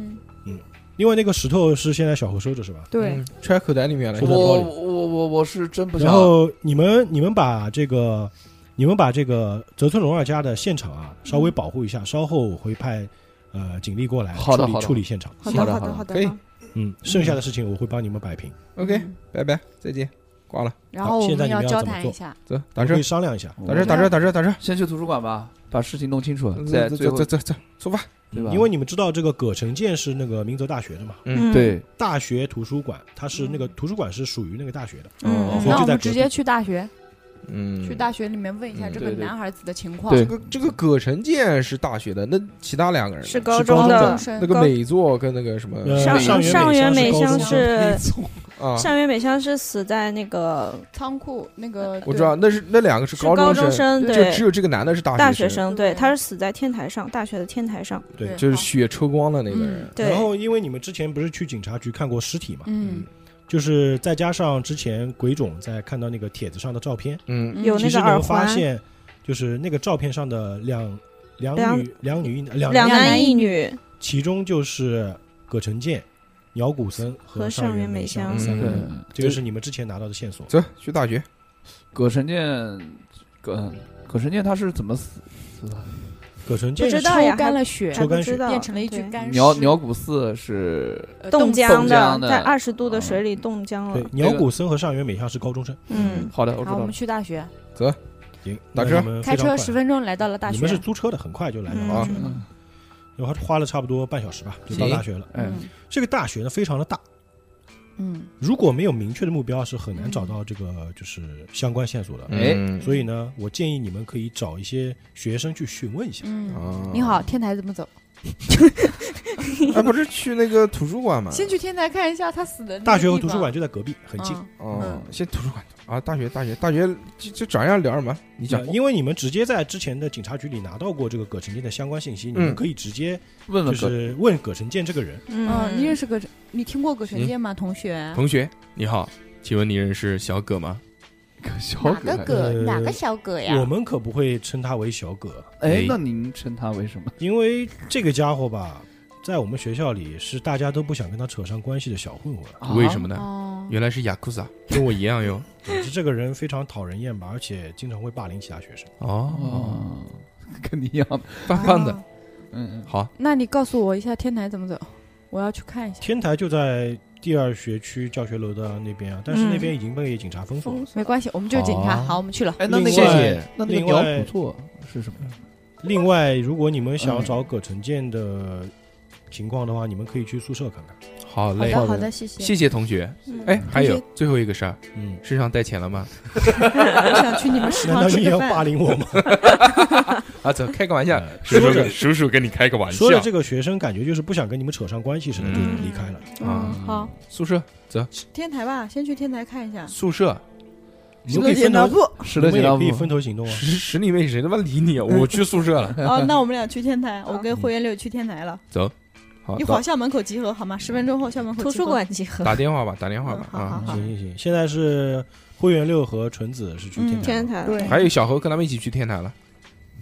嗯另外那个石头是现在小何收着是吧？对嗯，揣口袋里面了哦是。我的道理我我我是真不然想，后你们你们把这个你们把这个泽村荣二家的现场啊稍微嗯保护一下，稍后我会派呃警力过来好的处好的理处理现场。好好的的的好好的，可以好嗯，剩下的事情我会帮你们摆平， OK，拜拜，再见，挂了，然好后我现们在你要们要交怎么谈做一下，走，打车可以，商量一下。打车，打车，打车，打车，先去图书馆吧，把事情弄清楚，再走嗯最走后走走走，出发。对吧？嗯因为你们知道这个葛城建是那个明泽大学的嘛，嗯，对，大学图书馆，它是那个图书馆是属于那个大学的，哦嗯，所以那我就在们隔直壁接去大学，嗯，去大学里面问一下嗯这个对对男孩子的情况。对这个这个葛城健是大学的，那其他两个人呢是高是高中中的的生那个美作跟那个什么呃上上上原原美香香是啊，上原美香是死在那个仓库那个， 我知道，那是那两个是是高中中生，生，就只对，有这个男的是大大学学生，生，对对，他是死在天台上，大学的天台上，对就是血抽光了那个人。对然，后因为你们之前不是去警察局看过尸体嘛，嗯，就是再加上之前鬼冢在看到那个帖子上的照片，嗯有其那实个你耳们发环，现就是那个照片上的两两两女两女两两男，男一女，其中就是葛城健、鸟谷森和和上上原原美美香香三嗯个对人，，这个是你们之前拿到的线索。走去大学，葛神剑，葛葛神剑他是怎么死死的？葛城不健知是道呀，抽还干了血，抽还不干血知道，变成了一具对干尸。鸟鸟谷寺是呃冻冻的僵，的在二十度的水里冻僵嗯对了，鸟谷森和上原美香是高中生，嗯，好的，我知好，我道们。去大学。走行，打那车你们开非常车快十分钟来到了大你学们。是租车的，很快就来到嗯大学了，哦嗯然后花了差不多半小时吧，就到行大学了。哎，这个大学呢非常的大，嗯，如果没有明确的目标，是很难找到这个就是相关线索的。哎嗯所以呢，我建议你们可以找一些学生去询问一下。嗯，啊你好，天台怎么走？哎，不是去那个图书馆吗？先去天台看一下他死的那个大学和地图方书馆就在隔壁，很近。嗯哦，先图书馆啊，大学大学大学，就就找一下聊什么？你讲呃，因为你们直接在之前的警察局里拿到过这个葛城健的相关信息，你们可以直接问就问哥，是问葛城健这个人。嗯，你认识识葛，你听过葛神剑吗，同学？同学你好，请问你认识小葛吗？小哪葛个还，葛？呃哪个小葛呀？我们可不会称他为小葛，哎，那您称他为什么？因为这个家伙吧，在我们学校里是大家都不想跟他扯上关系的小混混。为什么呢？啊呢？哦，原来是雅库萨，跟我一样哟。总之，这个人非常讨人厌吧，而且经常会霸凌其他学生。哦，哦， 跟你一样，棒棒的，哦。嗯，嗯好，那你告诉我一下天台怎么走，我要去看一下。天台就在第二学区教学楼的那边啊，但是那边已经被警察嗯封嗯锁了。没关系，我们就是警察。啊好好，我们去了。哎，那那另外个那那个另外苗不错是什么呀？另外，如果你们想要找葛城健的情况的话，你们可以去宿舍看看。好好嘞，的好的，谢谢。谢谢同学。嗯哎，还有同最后一个事儿，嗯，身上带钱了吗？我想去你们食难堂道吃你也要个饭。霸凌我吗？啊，走，开个玩笑，呃叔说叔着叔叔跟你开个玩笑说。着这个学生，感觉就是不想跟你们扯上关系似的，就嗯离开了。啊嗯，好，宿舍走，天台吧，先去天台看 一下。宿舍你们可以分头，石你头们剪也刀可以布，分头行动啊。十十里妹谁他妈理你啊？我去宿舍 了。哦，那我们俩去天台，我嗯跟胡延柳去天台了。好一，会打儿校门口集合好吗？十分钟后校门口图书馆集 合，打电话吧，打电话吧嗯好啊！好行行行，现在是灰原六和纯子是去天台了。嗯天 台对还有小何跟他们一起去天台了。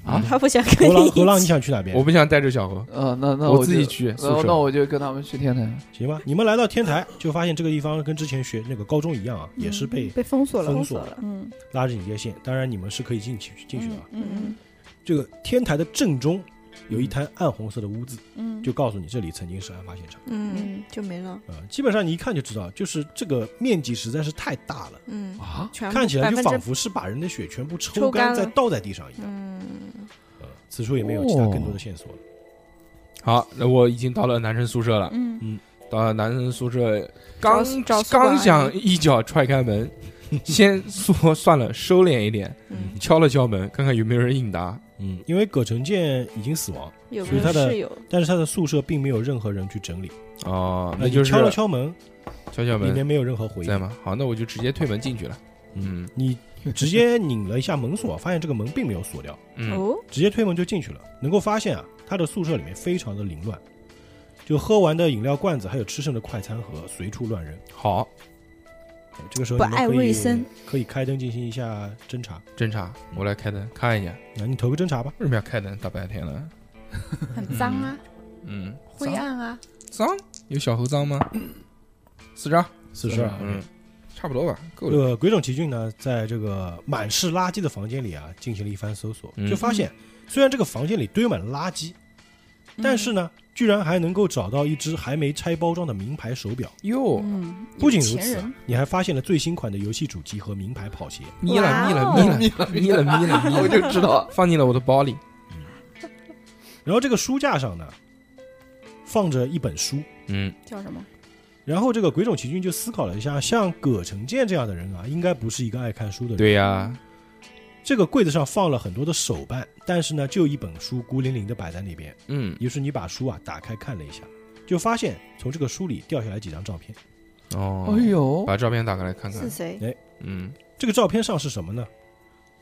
啊嗯他不想 跟何你浪，一起何浪，你想去哪边我？不想带着小何，呃，那那我就自己，去宿那那舍。我就跟他们去天台。行吧，你们来到天台，就发现这个地方跟之前学那个高中一样啊，嗯也是被被封锁了。封锁了，嗯拉着警戒线。当然，你们是可以进去进去的啊。嗯这个天台的正中有一滩暗红色的污渍，嗯就告诉你这里曾经是案发现场。嗯，就没了，呃，基本上你一看就知道，就是这个面积实在是太大了，嗯，啊，全部看起来百就分之仿佛是把人的血全部抽抽干干再了倒在地上一样。嗯，呃，此处也没有其他更多的线索了。哦好，那我已经到了男生宿舍了。嗯到了男生宿舍，刚找宿管阿刚姨想一脚踹开 门，先说算了，收敛一点，嗯敲了敲门，看看有没有人应答。嗯，因为葛城健已经死亡，有所以没他有的室友？但是他的宿舍并没有任何人去整理。哦，那呃就是敲了敲门，敲敲里门面没有任何回在应。吗？好，那我就直接推门进去了。嗯你直接拧了一下门锁，发现这个门并没有锁掉，嗯，哦，直接推门就进去了。能够发现啊，他的宿舍里面非常的凌乱，就喝完的饮料罐子还有吃剩的快餐盒随处乱扔。好，呃这个时候不你们爱可以卫生可以开灯进行一下侦查。侦查，我来开灯看一下。那你投个侦查吧。为什么要开灯？大白天了。很脏啊，嗯，灰暗啊，脏有小猴脏吗？四张，四十二。嗯，差不多吧，够这了。个鬼冢奇骏呢，在这个满是垃圾的房间里啊，进行了一番搜索，嗯就发现虽然这个房间里堆满了垃圾，嗯但是呢，居然还能够找到一只还没拆包装的名牌手表。哟，哦嗯，不仅有如钱此啊人，你还发现了最新款的游戏主机和名牌跑鞋。眯了眯了哇眯 哦了眯了眯了眯了，我就知道，放进了我的包里。然后这个书架上呢，放着一本书。嗯，叫什么？然后这个鬼冢奇骏就思考了一下，像葛城健这样的人啊，应该不是一个爱看书的人。对呀，这个柜子上放了很多的手办，但是呢，就一本书孤零零的摆在那边。嗯，于是你把书啊打开看了一下，就发现从这个书里掉下来几张照片。哦哎，呦，把照片打开来看看是。谁？嗯，这个照片上是什么呢？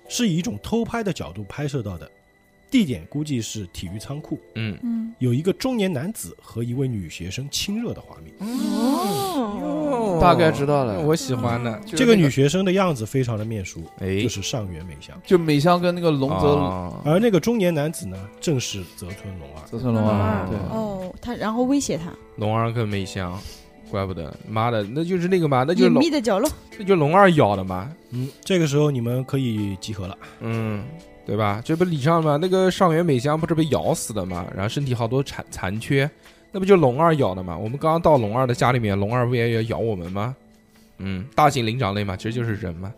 是以一种偷拍的角度拍摄到的，地点估计是体育仓库，嗯，嗯，有一个中年男子和一位女学生亲热的画面。嗯哦，大概知道了我喜欢的。就是这个那女学生的样子非常的面熟，哎啊就，是上原美香。就美香跟那个龙泽泽而那个中年男子呢，正是泽村龙二。泽村龙啊，嗯对，哦，他然后威胁他，龙二跟梅香，怪不得，妈的，那就是那个嘛，那就是隐龙秘，的角落。那就是龙二咬的嘛。嗯，这个时候你们可以集合了。嗯，对吧？这不李尚吗？那个上原美香不是被咬死的吗？然后身体好多残残缺，那不就龙二咬的吗？我们刚刚到龙二的家里面，龙二不也要咬我们吗？嗯，大型灵长类嘛，其实就是人嘛。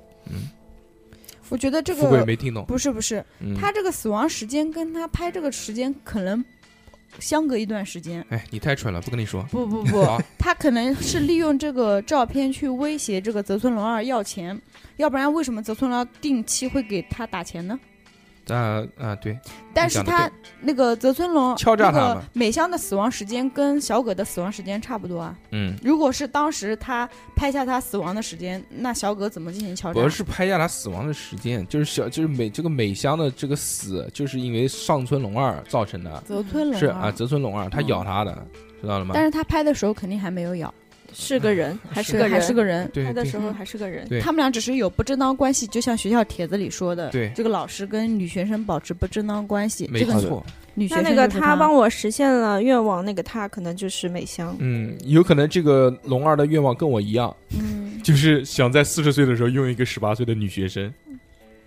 我觉得这富贵个没听懂，不是不是，嗯，他这个死亡时间跟他拍这个时间可能相隔一段时间。哎，你太蠢了，不跟你说。不不不，好， 他可能是利用这个照片去威胁这个泽村龙二要钱，要不然为什么泽村龙二定期会给他打钱呢？那啊对，但是你讲得他那个泽村龙敲诈他嘛那个美香的死亡时间跟小葛的死亡时间差不多啊。嗯，如果是当时他拍下他死亡的时间，那小葛怎么进行敲诈不？是拍下他死亡的时间，就是小就是美这个美香的这个死，就是因为上村龙二造成的，泽村龙是二嗯啊，泽村龙二他咬他的，知道了吗但？是他拍的时候肯定还没有咬，是个人，还是对个还人，是个人。对拍的对时候嗯还是个人。对他们俩只是有不正当关系，就像学校帖子里说的，对这个老师跟女学生保持不正当关系，没这个错，女学那生那个就是他帮我实现了愿望，那个他可能就是美香。嗯，有可能这个龙二的愿望跟我一样， 嗯，就是想在四十岁的时候拥有一个十八岁的女学生，嗯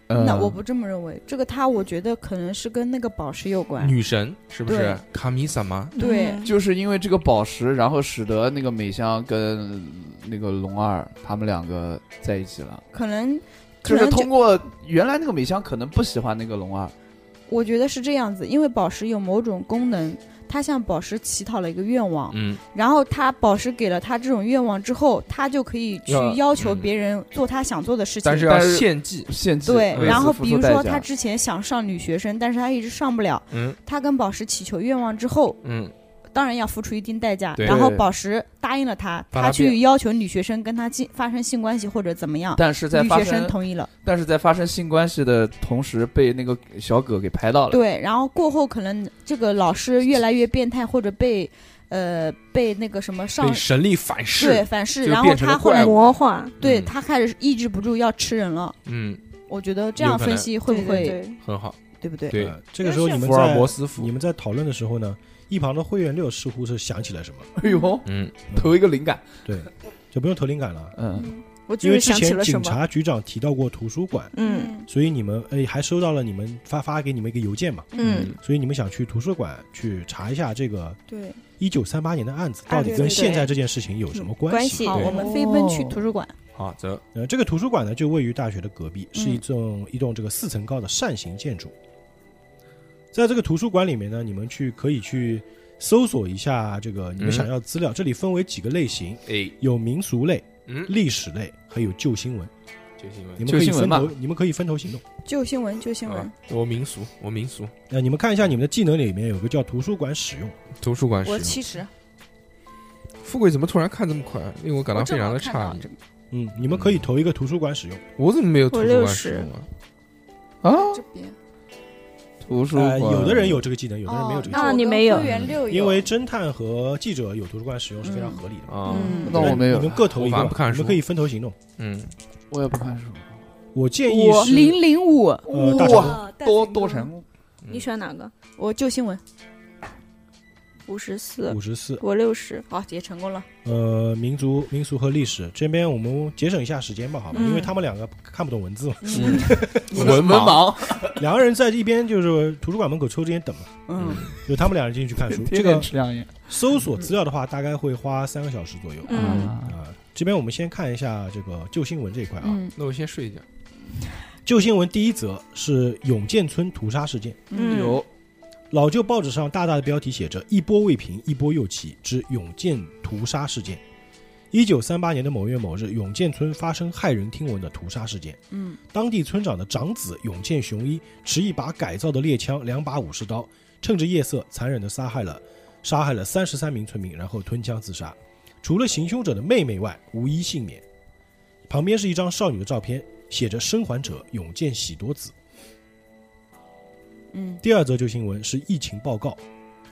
呃那我不这么认为，这个他我觉得可能是跟那个宝石有关，女神是不是对？卡米萨吗？对嗯就是因为这个宝石，然后使得那个美香跟那个龙二他们两个在一起了。可能就可能是通过原来那个美香可能不喜欢那个龙二，我觉得是这样子，因为宝石有某种功能，他向宝石乞讨了一个愿望，嗯，然后他宝石给了他这种愿望之后，他就可以去要要求嗯别人做他想做的事情。但是要但是献祭，献祭对，嗯然后类似比如付出代说价他之前想上女学生，但是他一直上不了。嗯他跟宝石祈求愿望之后，嗯，当然要付出一定代价。对然后宝石答应了他，把他他去变要求女学生跟他进发生性关系或者怎么样，但是在女发学生生同意了。但是在发生性关系的同时，被那个小葛给拍到了。对，然后过后可能这个老师越来越变态，或者被呃被那个什么上被神力反噬对，反噬，就然后变成他了后来怪物魔化，对嗯他开始抑制不住要吃人了。嗯，我觉得这有样可分能析会不对会对很好，对不对？对，呃这个时候你们福尔摩在斯符你，们在讨论的时候呢，一旁的灰原六似乎是想起了什么，哎呦，嗯，投一个灵感，对，就不用投灵感了，嗯，我就因为之是想起前了什警么。察局长提到过图书馆，嗯所以你们哎还收到了你们发发给你们一个邮件嘛，嗯，所以你们想去图书馆去查一下这个对，一九三八年的案子啊到底对跟对现对在这件事情有什么关系系？好，对我们飞奔去图书馆。好，走，呃，这个图书馆呢就位于大学的隔壁，是一嗯栋一栋这个四层高的扇形建筑。在这个图书馆里面呢，你们去可以去搜索一下这个你们嗯想要的资料。这里分为几个类型，哎，有民俗类、嗯，历史类，还有旧新闻。就新闻你们可旧以新闻分嘛头，你们可以分头行动。旧新闻，旧新闻。啊，我民俗，我民俗，呃，你们看一下你们的技能里面有个叫图书馆使用，图书馆使我用。七十，富贵怎么突然看这么快？令我感到我正非常好的看诧到异这。嗯，你们可以投一个图书馆使用。我怎么没有图我书馆60使用啊？啊，这边嗯图书呃，馆，有的人有这个技能，有的人没有这个技哦能，啊你没有因为侦探和记者有图书馆使用是非常合理的。啊，嗯嗯嗯哦那我没有你们各投一我个反而吧，不看你书们可以分头行动。嗯，我也不看书，我建议是零零五，呃大成哇，多多嗯成，你选哪个？我旧新闻，五十四，五十四，我六十。好，也成功了。呃，民族、民俗和历史这边我们节省一下时间吧，好吧？嗯因为他们两个看不懂文字嘛， 嗯文盲，。两个人在一边就是图书馆门口抽着烟等嘛，嗯，就他们两人进去看书 这天天个吃两眼。搜索资料的话，大概会花三个小时左右。嗯，啊啊、这边我们先看一下这个旧新闻这一块啊。 嗯那我先睡一觉。旧新闻第一则是永健村屠杀事件，嗯有老旧报纸上大大的标题写着“一波未平，一波又起”之永健屠杀事件。一九三八年的某月某日，永健村发生骇人听闻的屠杀事件。嗯，当地村长的长子永健雄一持一把改造的猎枪、两把武士刀，趁着夜色残忍地杀害了杀害了三十三名村民，然后吞枪自杀。除了行凶者的妹妹外，无一幸免。旁边是一张少女的照片，写着“生还者永健喜多子”。嗯，第二则旧新闻是疫情报告，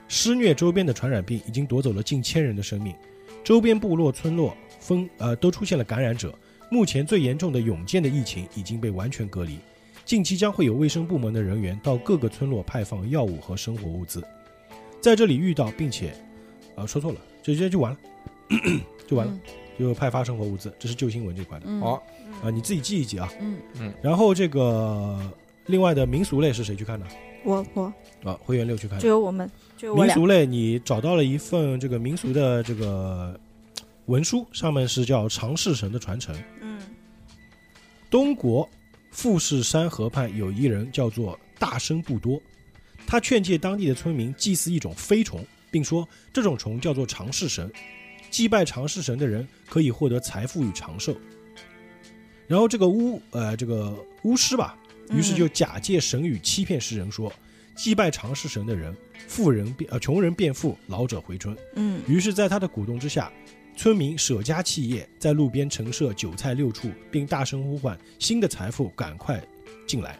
施虐周边的传染病已经夺走了近千人的生命，周边部落、村落分呃都出现了感染者。目前最严重的永健的疫情已经被完全隔离，近期将会有卫生部门的人员到各个村落派放药物和生活物资，在这里遇到并且，呃，说错了，直接就完了， 嗯就完了，就派发生活物资，这是旧新闻这块的。嗯，好，啊，你自己记一记啊。嗯嗯。然后这个另外的民俗类是谁去看的？我我啊，会员六去看只的。有我们，只有我民俩。俗类，你找到了一份这个民俗的这个文书，上面是叫《长氏神的传承》。嗯，东国富士山河畔有一人叫做大生不多，他劝诫当地的村民祭祀一种飞虫，并说这种虫叫做长世神，祭拜长世神的人可以获得财富与长寿。然后这个巫呃这个巫师吧，于嗯是就假借神语欺骗世人说，祭拜长世神的人，富人变呃穷人变富，老者回春。嗯，于是，在他的鼓动之下，村民舍家弃业，在路边陈设韭菜六处，并大声呼唤新的财富赶快进来。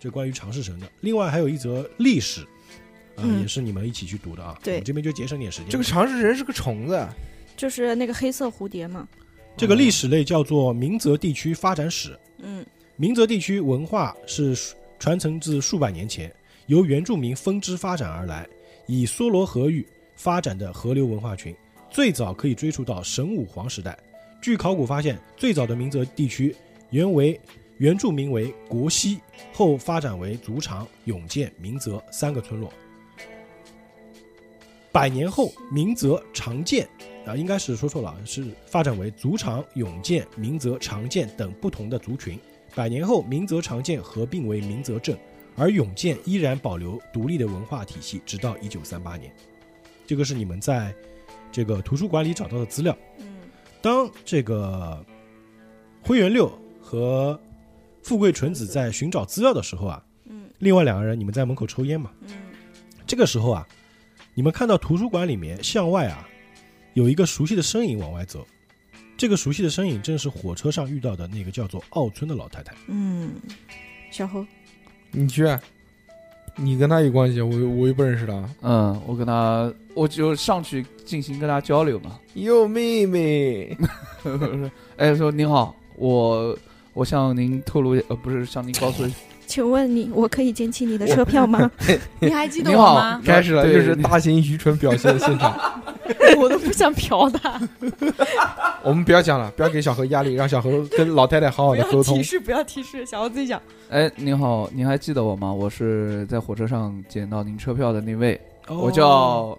这关于长世神的，另外还有一则历史，啊、嗯也是你们一起去读的啊。对我们这边就节省点时间。嗯这个长世人是个虫子，就是那个黑色蝴蝶嘛。这个历史类叫做明泽地区发展史，嗯明泽地区文化是传承自数百年前，由原住民分支发展而来，以梭罗河域发展的河流文化群，最早可以追溯到神武皇时代。据考古发现，最早的明泽地区原为原住民为国西，后发展为族长、永健、明泽三个村落。百年后，明泽常见啊，应该是说错了，是发展为族长、永健、明泽常见等不同的族群。百年后，明泽常建合并为明泽镇，而永建依然保留独立的文化体系，直到一九三八年。这个是你们在这个图书馆里找到的资料。嗯当这个灰原六和富贵纯子在寻找资料的时候啊，嗯另外两个人你们在门口抽烟嘛，嗯这个时候啊，你们看到图书馆里面向外啊，有一个熟悉的身影往外走，这个熟悉的身影正是火车上遇到的那个叫做奥村的老太太。嗯，小侯，你去，你跟他有关系，我我又不认识他。嗯，我跟他，我就上去进行跟他交流嘛。哟，妹妹，哎，说您好，我我向您透露，呃，不是向您告诉，请问你我可以捡起你的车票吗？你还记得你我好 吗？开始了，对又是大型愚蠢表现的现场。我都不想嫖他，我们不要讲了，不要给小何压力，让小何跟老太太好好不的要沟通提。示，不要提示，小猴自己讲。哎，您好，您还记得我吗？我是在火车上捡到您车票的那位，哦我叫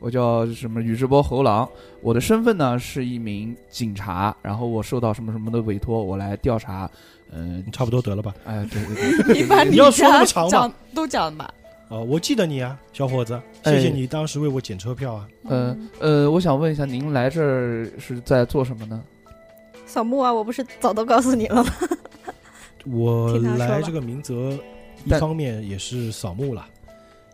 我叫什么宇智波猴郎，我的身份呢是一名警察，然后我受到什么什么的委托，我来调查，嗯、差不多得了吧？哎，对对对，你把你要说那么长吗讲都讲吧。哦，我记得你啊，小伙子，哎谢谢你当时为我检车票啊。呃呃，我想问一下，您来这儿是在做什么呢？ 扫墓啊，我不是早都告诉你了吗？我听他说吧来这个明泽，一但方面也是扫墓了，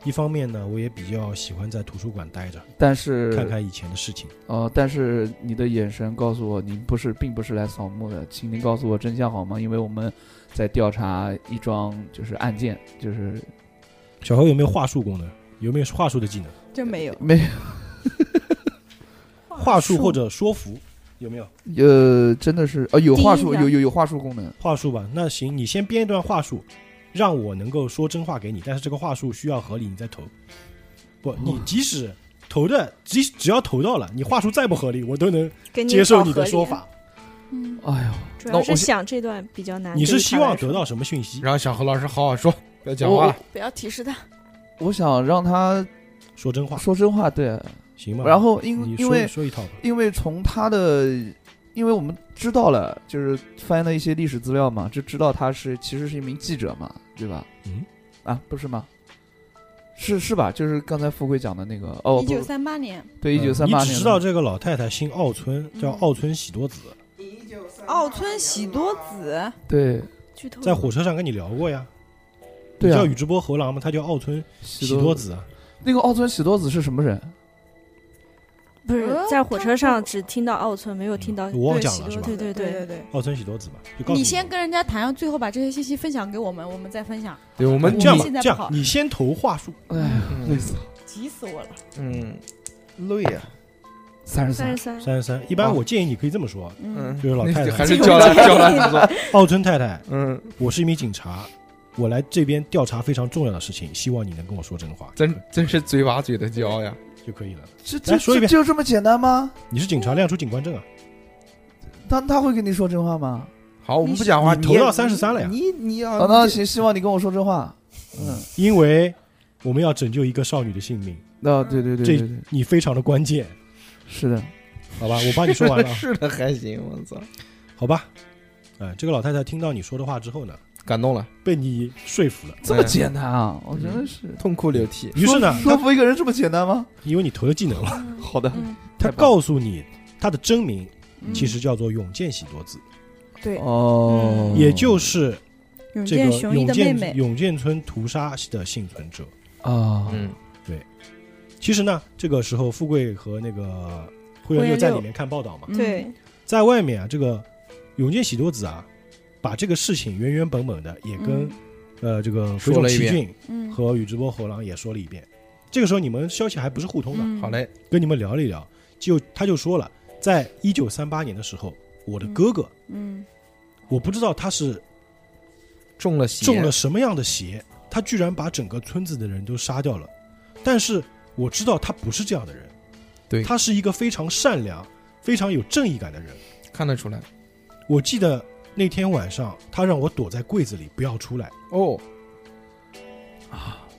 一方面呢，我也比较喜欢在图书馆待着，但是看看以前的事情。哦，但是你的眼神告诉我，您不是，并不是来扫墓的，请您告诉我真相好吗？因为我们在调查一桩就是案件，就是小何有没有话术功能？有没有话术的技能？真没有，没话术或者说服有没有？呃，真的是呃有话第一术，呢有有有话术功能。话术吧，那行，你先编一段话术，让我能够说真话给你，但是这个话术需要合理，你再投。不，你即使投的，即只要投到了，你话术再不合理，我都能给你接受找你的合理啊说法。。嗯，哎呦，主那要我是先想这段比较难。你是啊对于希他来望说得到什么讯息？让小何老师好好说，不要讲话了。不要提示他。我想让他说真话，说真话，对。行吗？然后因你因说为说一套吧。因为从他的，因为我们知道了，就是翻了一些历史资料嘛，就知道他是其实是一名记者嘛，对吧？嗯，啊，不是吗？是是吧？就是刚才富贵讲的那个哦，一不九，三八年，嗯对，一九三八你年只的。知道这个老太太姓奥村，叫奥村喜多子，奥村喜多子，对剧透在火车上跟你聊过呀。对你啊叫宇，智波猴郎吗？他叫奥村喜喜多。子啊。那个奥村喜多子是什么人？不是呃在火车他上只听到奥村，没有听到嗯我忘对讲喜了多是吧对对对对对，对。奥村喜多子嘛，就告诉你你先跟人家谈，最后把这些信息分享给我们，我们再分享。对，我那们这样吧现在，这样不好你先投话术，哎呀，嗯急死我了！嗯，累啊呀，三十三三十，三，三十三。一般哦我建议你可以这么说：嗯，就是老那太太还是叫他叫 他怎么做？奥村太太，嗯，我是一名警察，我来这边调查非常重要的事情，希望你能跟我说真话，真真是嘴巴嘴的骄呀。就可以了。这这来说一这遍就这么简单吗？你是警察，亮出警官证啊！他他会跟你说真话吗？好，我们不讲话，你你投到33了呀你你要啊，那行，希望你跟我说真话。嗯，因为我们要拯救一个少女的性命，那对对对这哎对对，你非常的关键，是的。 好吧？我帮你说完了啊，是的，还行，我操。好吧？哎，这个老太太听到你说的话之后呢，感动了，被你说服了。这么简单啊？我觉得是。痛哭流涕。嗯于是呢，说她服一个人这么简单吗？因为你投了技能了，好的，嗯，她太棒了告诉你她的真名嗯其实叫做永见喜多子，对，哦，也就是永这个嗯健雄一永的妹见妹，永见村屠杀的幸存者。啊，嗯，其实呢，这个时候富贵和那个灰原灰六原在六里面看报道嘛，嗯对，在外面啊，这个永见喜多子啊，把这个事情原原本本的也跟、呃这个说鬼冢了一奇遍骏嗯，和宇智波猴郎也说了一遍。这个时候你们消息还不是互通的，嗯好，嘞，跟你们聊了一聊，就他就说了，在一九三八年的时候，我的哥哥，嗯我不知道他是中了邪，中了什么样的邪，他居然把整个村子的人都杀掉了。但是我知道他不是这样的人，对他是一个非常善良、非常有正义感的人。看得出来。我记得那天晚上，他让我躲在柜子里不要出来。哦，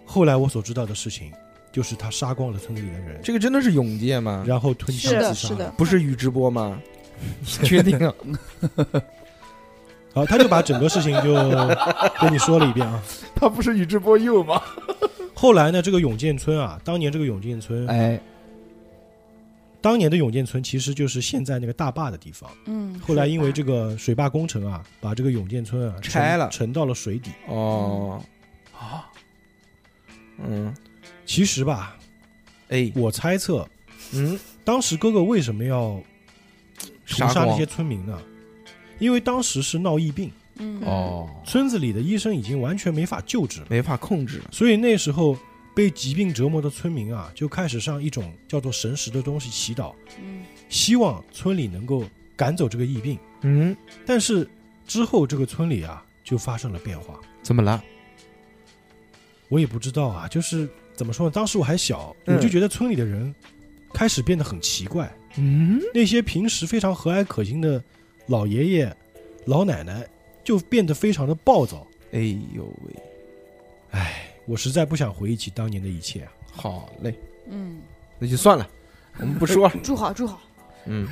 后来我所知道的事情，就是他杀光了村子里的人，这个真的是永界吗？然后吞枪是自的杀是的了。不是宇智波吗？你确定啊？好，啊他就把整个事情就跟你说了一遍 啊。他不是宇智波鼬吗？后来呢，这个永健村啊，当年这个永健村，哎，当年的永健村其实就是现在那个大坝的地方。嗯， 后来因为这个水坝工程啊，把这个永健村啊沉拆了沉到了水底。哦，啊，嗯，其实吧，哎，我猜测嗯，当时哥哥为什么要屠杀杀那光些村民呢？因为当时是闹疫病，嗯，哦，村子里的医生已经完全没法救治了，没法控制。所以那时候被疾病折磨的村民啊，就开始上一种叫做神识的东西祈祷，嗯希望村里能够赶走这个疫病。嗯，但是之后这个村里啊，就发生了变化，怎么了？我也不知道啊，就是怎么说呢？当时我还小，我嗯就觉得村里的人开始变得很奇怪，嗯，那些平时非常和蔼可亲的老爷爷、老奶奶，就变得非常的暴躁。哎呦喂，我实在不想回忆起当年的一切啊。好嘞，嗯，哎那就算了，我们不说了。住好住好，嗯，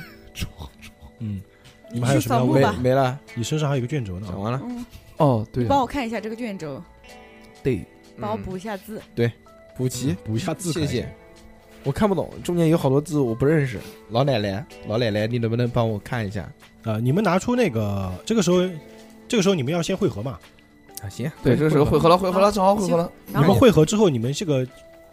嗯，你你们还有去什么要扫墓问没的吧？没了，你身上还有一个卷轴呢讲，完了。嗯，哦，对帮啊，我看一下这个卷轴，对，帮我嗯补一下字。补齐，补一下嗯字。谢谢。。我看不懂，中间有好多字我不认识。老奶奶，老奶奶，你能不能帮我看一下？啊，你们拿出那个，这个时候，这个时候你们要先汇合嗯嘛。啊，行，对，这个时候汇合了，汇合了，正好汇合了。你然们后汇合之后，你们这个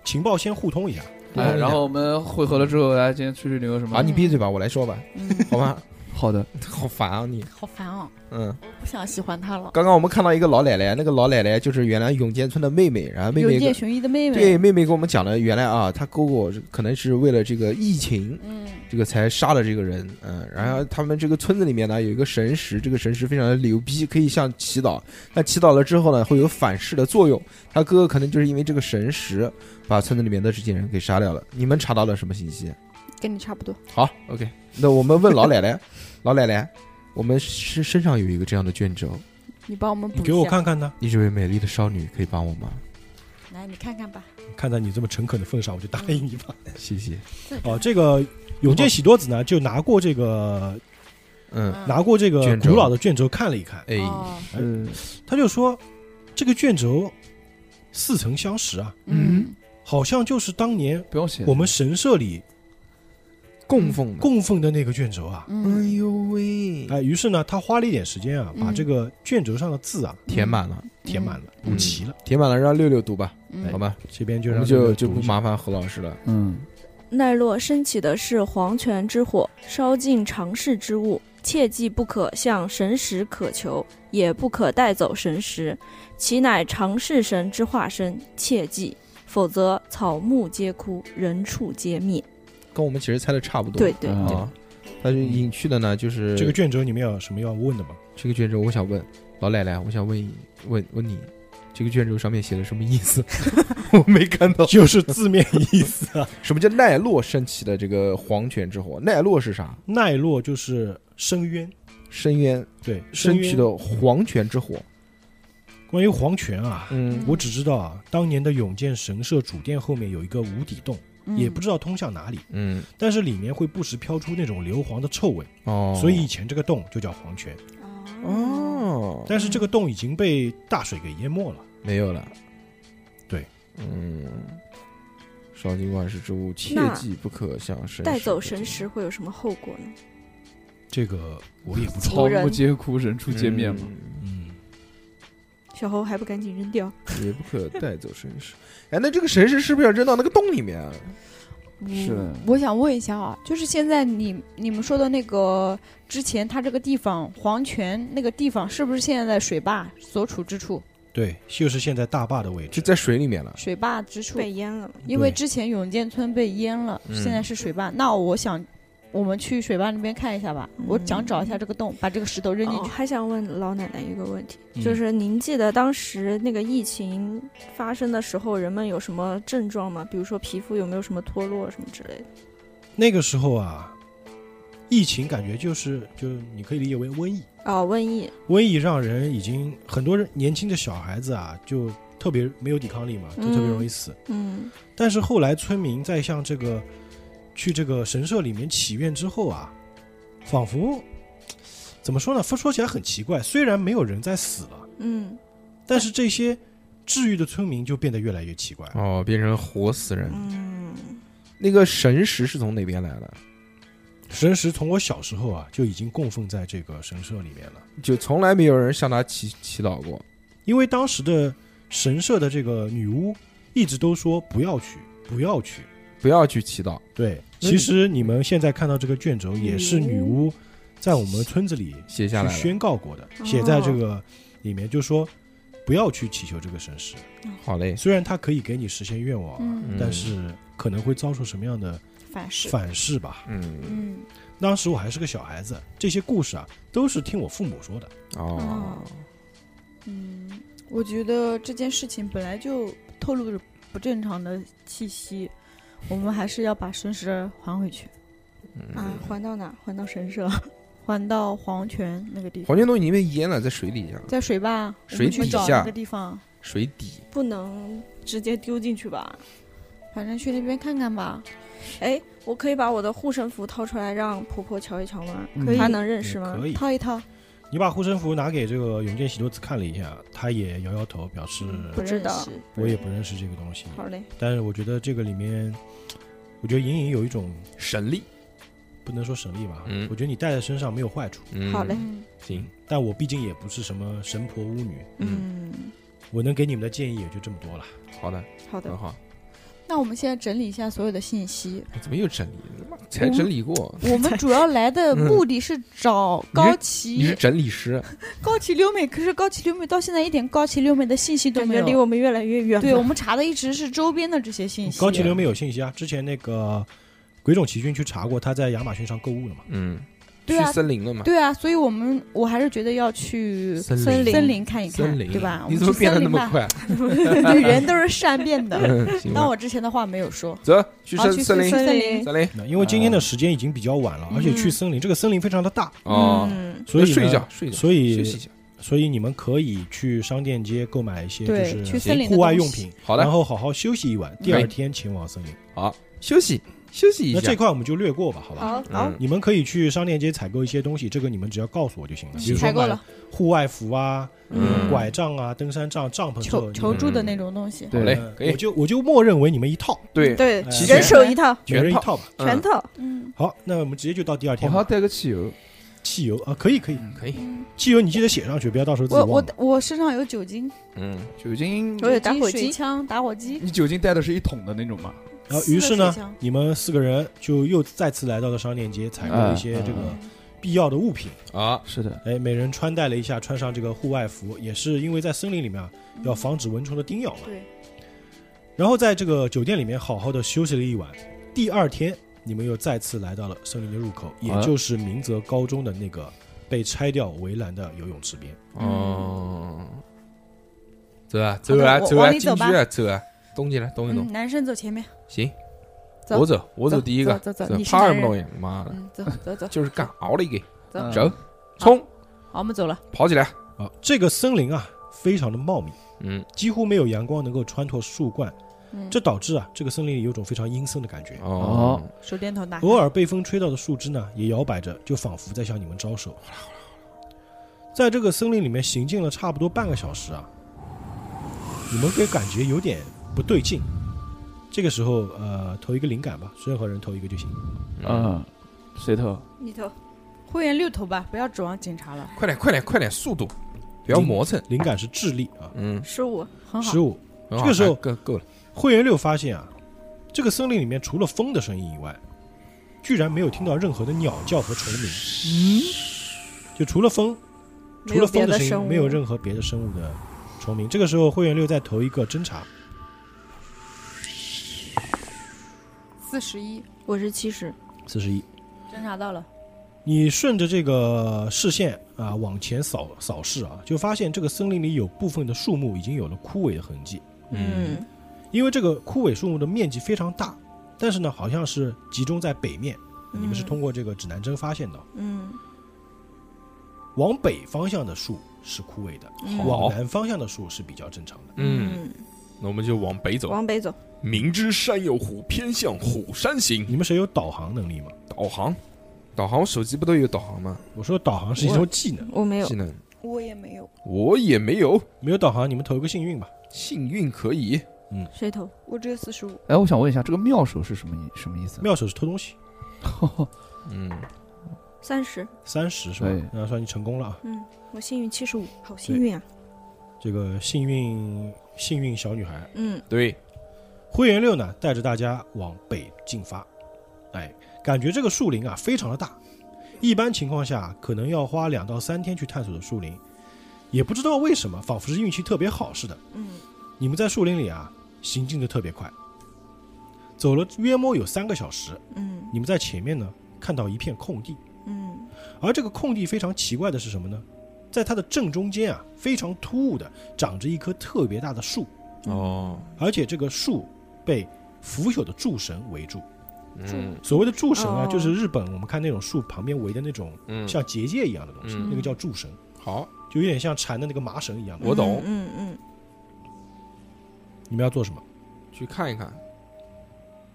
情报先互通一下。哎，然后我们汇合了之后，来今天吹吹牛什么？啊，你闭嘴吧，我来说吧， 嗯，好吧？好的， 好烦啊你，好烦哦，嗯。我不想喜欢他了。刚刚我们看到一个老奶奶，那个老奶奶就是原来永健村的妹妹，然后妹妹永跟健雄一的妹妹，对妹妹跟我们讲了，原来啊，她哥哥可能是为了这个疫情，嗯这个才杀了这个人，嗯，然后他们这个村子里面呢有一个神石，这个神石非常的牛逼，可以像祈祷，那祈祷了之后呢会有反噬的作用，他哥哥可能就是因为这个神石把村子里面的这些人给杀掉了。你们查到了什么信息？跟你差不多。好，OK，那我们问老奶奶，老奶奶，我们身身上有一个这样的卷轴，你帮我们补一你下，给我，看看呢，你这位美丽的少女可以帮我吗？来你看看吧。看在你这么诚恳的份上，我就答应你吧。 谢谢。哦，这个永健喜多子呢，就拿过这个嗯，拿过这个卷轴古老的卷轴看了一看，哎，哦，是他就说，这个卷轴似曾相识啊，嗯好像就是当年不用写。我们神社里供奉的，供奉的那个卷轴啊。哎嗯，呦喂，哎，于是呢，他花了一点时间啊，嗯把这个卷轴上的字啊填满了，哎填满了，嗯补齐了。填满了，让六六读吧，嗯哎好吧，这边就我让们六就六就不读一下麻烦何老师了。嗯，奈落升起的是黄泉之火，烧尽常世之物，切记不可向神石渴求，也不可带走神石，其乃常世神之化身，切记，否则草木皆枯，人畜皆灭。跟我们其实猜的差不多，对对啊对，啊。但是隐去的呢，就是这个卷轴，你们有什么要问的吗？ 这个卷轴，我想问老奶奶，我想问一问问你，这个卷轴上面写的什么意思？我没看到，就是字面意思啊。什么叫奈落升起的这个黄泉之火？奈落是啥？奈落就是深渊，深渊对，升深起渊。的黄泉之火。关于黄泉啊，嗯我只知道啊，当年的永健神社主殿后面有一个无底洞，也不知道通向哪里，嗯但是里面会不时飘出那种硫磺的臭味，哦，所以以前这个洞就叫黄泉。哦，但是这个洞已经被大水给淹没了。没有了。对，嗯，烧尽万事之物，切那记不可向神带走可神近石会有什么后果呢？这个我也不知道。草木皆枯，人畜皆灭嘛。嗯嗯，小猴还不赶紧扔掉？嗯 也不可带走神石。哎，那这个神石是不是要扔到那个洞里面啊？是嗯我想问一下啊，就是现在你你们说的那个之前他这个地方黄泉那个地方，是不是现在的水坝所处之处？对，就是现在大坝的位就。置在水里面了。水坝之处，被淹了吗？因为对之前永健村被淹了，嗯现在是水坝。那我想，我们去水坝那边看一下吧。我想找一下这个洞，把这个石头扔进哦，去。还想问老奶奶一个问题，嗯就是您记得当时那个疫情发生的时候，人们有什么症状吗？比如说皮肤有没有什么脱落什么之类的？那个时候啊，疫情感觉就是就是你可以理解为瘟疫，哦，瘟疫，瘟疫让人已经很多人年轻的小孩子啊，就特别没有抵抗力嘛，就特别嗯容易死。嗯，但是后来村民在向这个去这个神社里面祈愿之后啊，仿佛怎么说呢？说起来很奇怪，虽然没有人在死了，嗯但是这些治愈的村民就变得越来越奇怪。哦，变成活死人。嗯，那个神石是从哪边来的？神石从我小时候啊就已经供奉在这个神社里面了，就从来没有人向他祈祈祷过。因为当时的神社的这个女巫一直都说不要去，不要去。不要去祈祷，对，嗯其实你们现在看到这个卷轴也是女巫在我们村子里写下去来了。宣告过的，哦写在这个里面，就说不要去祈求这个神石，好嘞，虽然它可以给你实现愿望啊，嗯，但是可能会遭受什么样的反噬。反噬吧。嗯，嗯，当时我还是个小孩子，这些故事啊都是听我父母说的。哦，嗯，我觉得这件事情本来就透露着不正常的气息，我们还是要把神石还回去，啊，嗯还到哪？还到神社？还到黄泉那个地方黄，泉洞已经被淹了，在水底下，在水坝，我水们去底找下那个地方，水底。 不能直接丢进去吧？反正去那边看看吧。哎，我可以把我的护身符掏出来让婆婆瞧一瞧吗？嗯可以她能认识吗可？以，套一套，你把护身符拿给这个永健喜多子看了一下，他也摇摇头，表示不知道不。认识我也不认识这个东西。嗯好嘞，但是我觉得这个里面，我觉得隐隐有一种神力，不能说神力吧，嗯我觉得你带在身上没有坏处。嗯好嘞，嗯，行，但我毕竟也不是什么神婆巫女，嗯，我能给你们的建议也就这么多了。好的，好的很。好。那我们现在整理一下所有的 信息。哎怎么又整理？他妈才整理过，我们主要来的目的是找高嗯你是崎，整理师，高崎留美。可是高崎留美到现在一点高崎留美的信息都感没觉离有。我们越来越远了。对我们查的一直是周边的这些信息。高崎流没有信息啊，之前那个鬼冢奇骏去查过，他在亚马逊上购物了嘛。嗯，去对啊森林了嘛？对啊，所以我们我还是觉得要去森森林森林看一看森，林啊对吧？我你们怎么去变得森那林么吧？快？ 女人都是善变 的。嗯，行当吧，我之前的话没有说。走，去好，森去森林，森森林林。森林。那因为今天的时间已经比较晚了，而且去森林，这个森林非常的大，哦，嗯，所以呢睡一觉，，哎睡一觉，所休息一以下。所以你们可以去商店街购买一些对就去是哎森林的户外东用西品，好的然，后好好休息一晚，第二天前往森林。好，休息，休息一那下这。块我们就略过吧，好吧？好，嗯，你们可以去商店街采购一些东西，这个你们只要告诉我就行了。比如说嗯采购买了户外服啊、嗯拐杖啊、登山杖、帐篷之求后，求助的那种东西。好嘞对，呃哎可以我就我就默认为你们一套，对，对，齐人全手一套，每人一全套套吧。嗯全套。嗯，好，那我们直接就到第二我天还要吧。带个汽油，汽油啊，可以可以，可以，汽油你记得写上去，不要到时候自己我忘我了。我身上有酒精，嗯，酒精。我有打火水机，枪、打火机。你酒精带的是一桶的那种吗？然啊后于是呢四个水箱，你们四个人就又再次来到了商店街，采购一些这嗯个必要的物品。啊，是的，哎，每人穿戴了一下，穿上这个户外服，也是因为在森林里面啊，要防止蚊虫的叮咬嘛。对。然后在这个酒店里面好好的休息了一晚，第二天你们又再次来到了森林的入口，也啊就是明泽高中的那个被拆掉围栏的游泳池边。哦，走啊，走啊，嗯好的我走啊，往里进去走吧啊，走啊，动起来，动一动嗯，。男生走前面。行，走我走，我走第一个，走走走你是怕男什么人东西？妈的，嗯，走 走走，就是干，熬了一个，嗯走走，冲，好，我们走了。跑起来。啊，这个森林啊，非常的茂密，嗯，几乎没有阳光能够穿透树冠，嗯，这导致啊，这个森林里有种非常阴森的感觉。哦，手电筒打开。偶尔被风吹到的树枝呢，也摇摆着，就仿佛在向你们招手。在这个森林里面行进了差不多半个小时啊，你们给感觉有点不对劲。这个时候，呃，投一个灵感吧，任何人投一个就行。呃嗯，谁投？你头会员六头吧，不要指望警察了，快点，快点，快点，速度，不要磨蹭。灵感是智力啊，嗯，十五，很好十。五。很好这个时候哎够够了，会员六发现啊，这个森林里面除了风的声音以外，居然没有听到任何的鸟叫和虫鸣。嗯，就除了风，除没了有别风的声生音，物，没有任何别的生物的虫鸣。这个时候，会员六在投一个侦查，四十一，我是七十，四十一。侦查到了，你顺着这个视线啊往前扫扫视啊，就发现这个森林里有部分的树木已经有了枯萎的痕迹，嗯，因为这个枯萎树木的面积非常大，但是呢，好像是集中在北面。嗯你们是通过这个指南针发现的，嗯，往北方向的树是枯萎的，嗯往南方向的树是比较正常的。嗯，，那我们就往北走。往北走，明知山有虎，偏向虎山行。你们谁有导航能力吗？导航，导航，我手机不都有导航吗？我说导航是一种技能，我没有技，能我也没有，我也没有，没有导航你们投一个幸运吧。幸运可以。谁头？我只有四十五。哎，我想问一下，这个妙手是什么意什么意思？ 哦妙手是偷东西，嗯，三十，三十是吧对？那算你成功了啊。嗯，我幸运七十五，好幸运啊，这个幸运幸运小女孩嗯，对，灰原六呢，带着大家往北进发。哎，感觉这个树林啊非常的大，一般情况下可能要花两到三天去探索的树林，也不知道为什么，仿佛是运气特别好似的。嗯，你们在树林里啊行进的特别快，走了约莫有三个小时，嗯你们在前面呢看到一片空地，嗯而这个空地非常奇怪的是什么呢？在它的正中间啊，非常突兀的长着一棵特别大的树，哦，而且这个树被腐朽的柱神围住。嗯所谓的柱神啊，哦就是日本我们看那种树旁边围的那种嗯，像结界一样的东西，嗯那个叫柱神，好，就有点像缠的那个麻绳一样的。我懂嗯嗯你们要做什么？去看一看，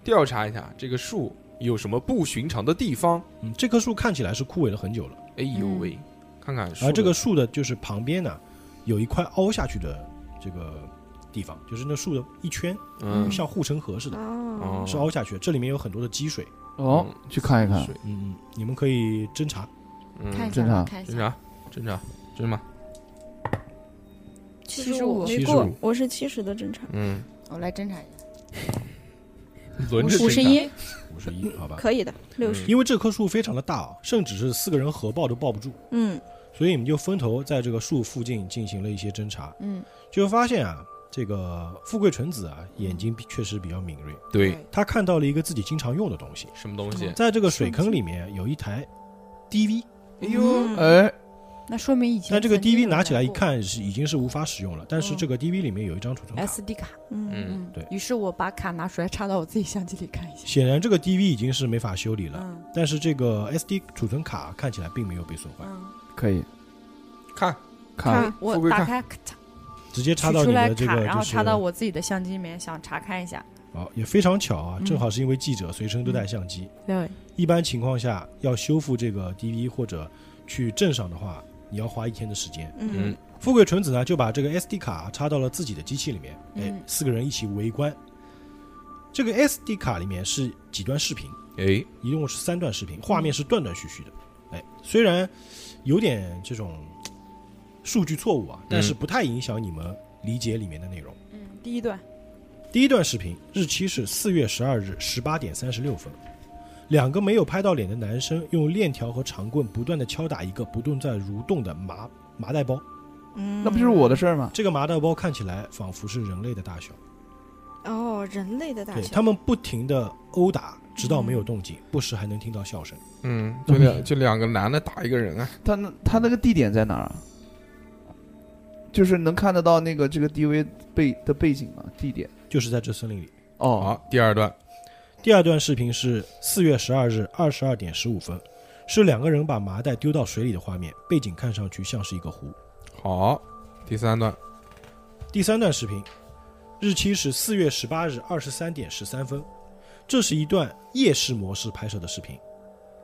调查一下这个树有什么不寻常的地方。嗯，这棵树看起来是枯萎了很久了，哎呦喂，看看啊树而的这个树的就是旁边呢有一块凹下去的这个地方，就是那树的一圈嗯像护城河似嗯，的，哦，哦是凹下去的，这里面有很多的积水。哦，去看一看。水嗯，嗯，你们可以侦查。嗯看一侦下查吧，看一侦下。查侦查真吗？五， 75没过75，我是七十的正常，嗯，我来侦查一下。轮着五十一五十 一，好吧。可以的，六十，嗯因为这棵树非常的大啊，甚至是四个人合抱都抱不住，嗯所以你们就分头在这个树附近进行了一些侦查，嗯，就发现啊，这个富贵纯子啊，眼睛比确实比较敏锐，对，他看到了一个自己经常用的东西，什么东西？在这个水坑里面有一台 DV，哎嗯呦，哎，那说明以前。但这个 DV 拿起来一看是已经是无法使用了，但是这个 DV 里面有一张储存卡， ，SD 卡。嗯嗯，嗯对于是我把卡拿出来插到我自己相机里看一下。显然这个 DV 已经是没法修理了，嗯但是这个 SD 储存卡看起来并没有被损坏，嗯，可以看看。富我贵打看开咔嚓直接插取到出你来的这卡，个然就后是插到我自己的相机里面，想查看一下。好、也非常巧啊，嗯正好是因为记者随身都带相机，对，一般情况下要修复这个 DV 或者去镇上的话，你要花一天的时间。嗯富贵纯子呢就把这个 SD 卡插到了自己的机器里面，哎嗯，四个人一起围观。这个 SD 卡里面是几段视频，哎，一共是三段视频，嗯画面是断断续续的。哎，虽然有点这种嘖数据错误啊，但是不太影响你们理解里面的内容。嗯，第一段，第一段视频日期是四月十二日十八点三十六分，两个没有拍到脸的男生用链条和长棍不断的敲打一个不断在蠕动的麻麻袋包，嗯，那不就是我的事儿吗？这个麻袋包看起来仿佛是人类的大小，哦，人类的大对小，嗯他们不停的殴打，直到没有动静，不时还能听到笑声。嗯，就两就两个男的打一个人啊，他那他那个地点在哪儿啊？就是能看得到那个这个 DV 背的背景吗？地点？就是在这森林里。哦，好，第二段，第二段视频是四月十二日二十二点十五分，是两个人把麻袋丢到水里的画面，背景看上去像是一个湖。好，第三段，第三段视频，日期是四月十八日二十三点十三分，这是一段夜视模式拍摄的视频，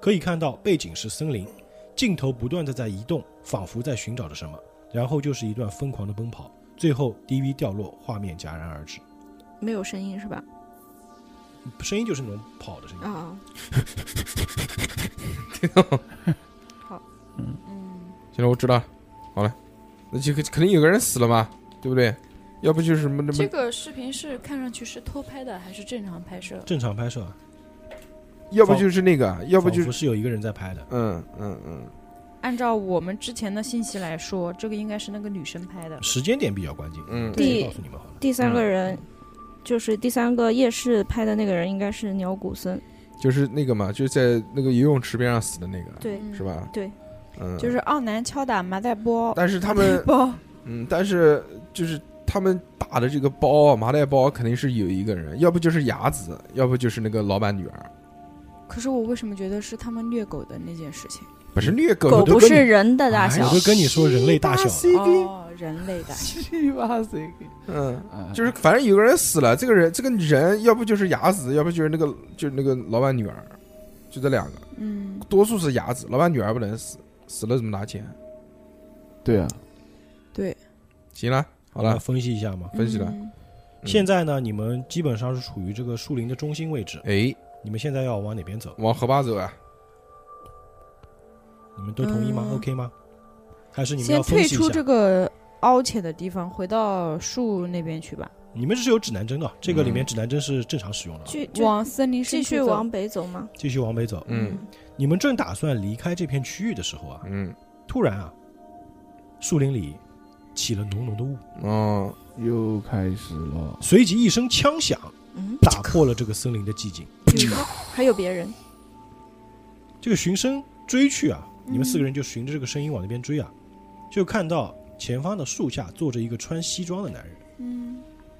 可以看到背景是森林，镜头不断的在移动，仿佛在寻找着什么，然后就是一段疯狂的奔跑，最后 DV 掉落，画面戛然而止，没有声音是吧？声音就是那种跑的声音。啊，嗯，行了，我知道了，好了，那就肯肯定有个人死了嘛，对不对？要不就是什么什这么个视频是看上去是偷拍的还是正常拍摄？正常拍摄啊，要不就是那个，要不就是仿佛是有一个人在拍的，嗯嗯嗯，按照我们之前的信息来说，这个应该是那个女生拍的。时间点比较关键。嗯这对个告诉你们好了，第嗯三个人就是第三个夜市拍的那个人，应该是鸟谷森。就是那个嘛，就是在那个游泳池边上死的那个，对，是吧？对，嗯，就是奥南敲打麻袋包，但是他 呃们包嗯，但是就是他们打的这个包啊麻袋包肯定是有一个人，要不就是雅子，要不就是那个老板女儿，可是我为什么觉得是他们虐狗的那件事情？不是虐狗狗都不跟是你人的大小我，都哎跟你说人类大小了，哦，人类 的，七八岁，嗯。啊就是反正有个人死了，这个人这个人要不就是雅子，要不就是那个就是那个老板女儿，就这两个，嗯，多数是雅子，老板女儿不能死，死了怎么拿钱？对啊，行了，好我们了，啊分析一下嘛。分析了，嗯嗯现在呢，你们基本上是处于这个树林的中心位置，哎，你们现在要往哪边走？往河坝走啊，你们都同意吗、嗯 o k 吗？还是你们先要分退析一出下这？个凹且的地方，回到树那边去吧，你们是有指南针嗯的，这个里面指南针是正常使用的啊。继继往森林深继处续走往北走吗？继续往北走，嗯你们正打算离开这片区域的时候啊，嗯，突然啊，树林里起了浓浓的雾，哦，又开始了，随即一声枪响嗯，打破了这个森林的寂静。 还有别人，这个寻声追去啊，你们四个嗯人就循着这个声音往那边追啊，就看到前方的树下坐着一个穿西装的男人，嗯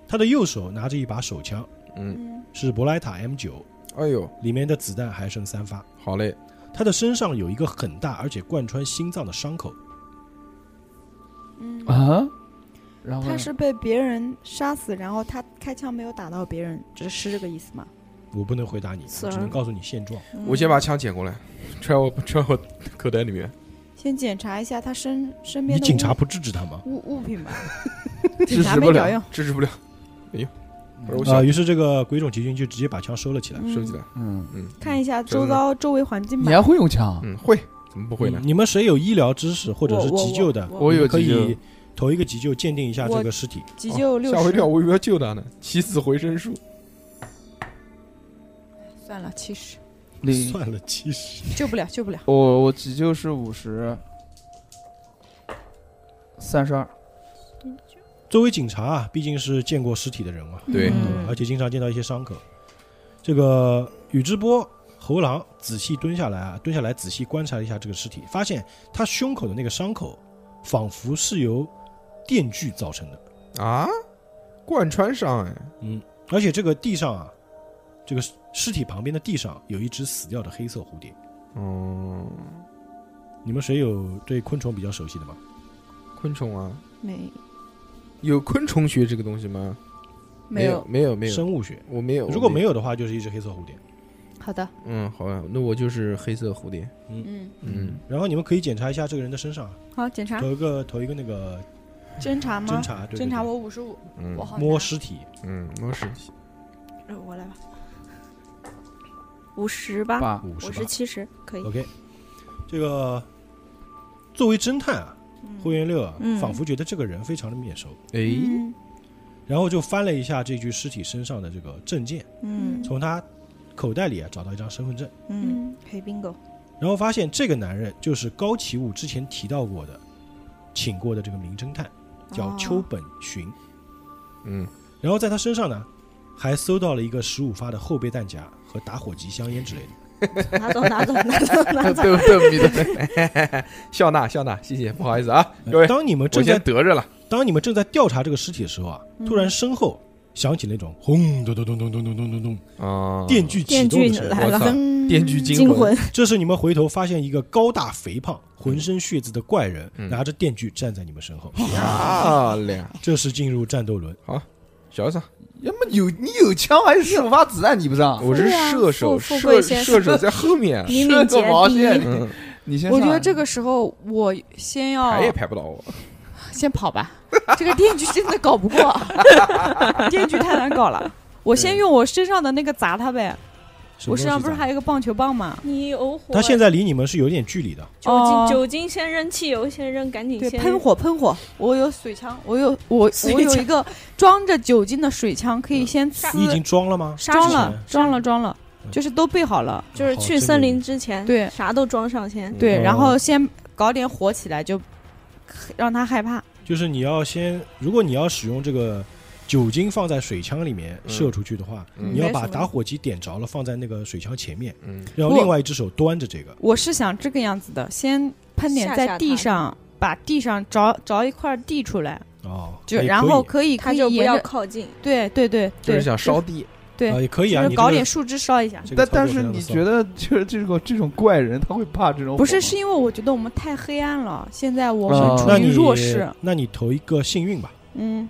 他的右手拿着一把手枪，嗯，嗯是珀莱塔 M 九，哎呦，里面的子弹还剩三发。好嘞，他的身上有一个很大而且贯穿心脏的伤口，嗯，啊，然后呢 他是被别人杀死，然后他开枪没有打到别人，只是这个意思吗？我不能回答你，死我了只能告诉你现状。嗯我先把枪捡过来，揣我揣我口袋里面，先检查一下他身身边你的警察物不制止他吗？物物品吧，支警察持没不屌用了，，支持不 了，不是我啊、想于是这个鬼冢奇君就直接把枪收了起来。嗯收起来，嗯，嗯，看一下真的周遭周围环境你吧。还会用枪？嗯，会怎么不会呢？嗯嗯你们谁有医疗知识或者是我我急救的？我我有可急以救投一个急救，鉴定一下这个尸体。急救六哦吓我一十、跳，我以为要救他呢，起死回生术，算了，七十零，算了，其实救不了，救 不了。我我急救是五十，三十二，作为警察啊，毕竟是见过尸体的人啊嘛，对对吧嗯而且经常见到一些伤口。这个宇智波猴郎仔细蹲下来啊，蹲下来仔细观察了一下这个尸体，发现他胸口的那个伤口仿佛是由电锯造成的，啊，贯穿上哎，而且这个地上啊，这个尸体旁边的地上有一只死掉的黑色蝴蝶。哦，你们谁有对昆虫比较熟悉的吗？昆虫啊，没有昆虫学这个东西吗？没有，有，没有，没有，生物学。我没有。如果没有，有的话，就是一只黑色蝴蝶。好的，嗯，好吧，那我就是黑色蝴蝶。嗯，嗯，然后你们可以检查一下这个人的身上啊，好，检查投一个投一个那个侦查吗侦？查，对对侦查对我五十五，嗯我好摸难尸体，嗯，摸尸体，呃我来吧，五十吧，八，五十我是七十，可以。 OK，这个作为侦探啊，嗯霍元六啊，嗯仿佛觉得这个人非常的面熟，哎，嗯然后就翻了一下这具尸体身上的这个证件，嗯从他口袋里啊找到一张身份证，嗯，嗯，黑 bingo，然后发现这个男人就是高启武之前提到过的，请过的这个名侦探，叫啊哦邱本寻。 嗯，然后在他身上呢，还搜到了一个十五发的后备弹夹和打火机、香烟之类的。嗯拿走拿走拿走拿 走。对不对？米德， 笑纳笑纳，谢谢，不好意思啊，各位，嗯当你们我正先在得着了。当你们正在调查这个尸体的时候啊，嗯突然身后响起那种轰咚咚咚咚咚咚咚咚咚嗯啊，电锯启电动锯的声音。来我操了，电锯惊魂，魂， 这时你们回头发现一个高大肥胖、浑身血渍的怪人嗯拿着电锯站在你们身后。漂亮， 这时进入战斗轮，小子，要么有你有枪还是十五发子弹你不上？我是射手，哦啊富富射贵先生 射手在后面。啊 明明杰射个毛线逼，嗯，你先上我来，觉得这个时候我先哦要排也排不到我。先跑吧， 这个电锯真的 搞不过，电锯太难搞了。我先用我身上的那个砸他呗，什么我身上东西不是砸还有一个棒球棒吗？ 你有火，他现在离你们是有点距离的，酒精、哦酒精先扔，汽油先扔，赶紧对，先喷火喷火，我有水枪，我有 我水我有枪一个装着酒精的水枪，可以先呲，嗯你已经装了吗？装之了前装了装了，嗯就是都备好了，就是好去森林，之前，对啥都装上先。对，哦然后先搞点火起来，就让他害怕。这个就是你要先，如果你要使用这个酒精放在水枪里面嗯射出去的话，嗯你要没把什么打火机点着了，放在那个水枪前面，嗯，然后不另外一只手端着这个。我是想这个样子的，先喷点吓吓在他地上，把地上找找一块地出来，哦，就也可然以后可以他可以就不沿要着靠近，对对对就对，是想烧地，对啊，也可以啊，就你是这搞个点树枝烧一下。这但个操作但非是常的你骚觉得就是这种这种怪人，他会怕这种不火是，吗是因为我觉得我们太黑暗了，现在我哦们那嗯处你于弱势。那你投一个幸运吧，嗯，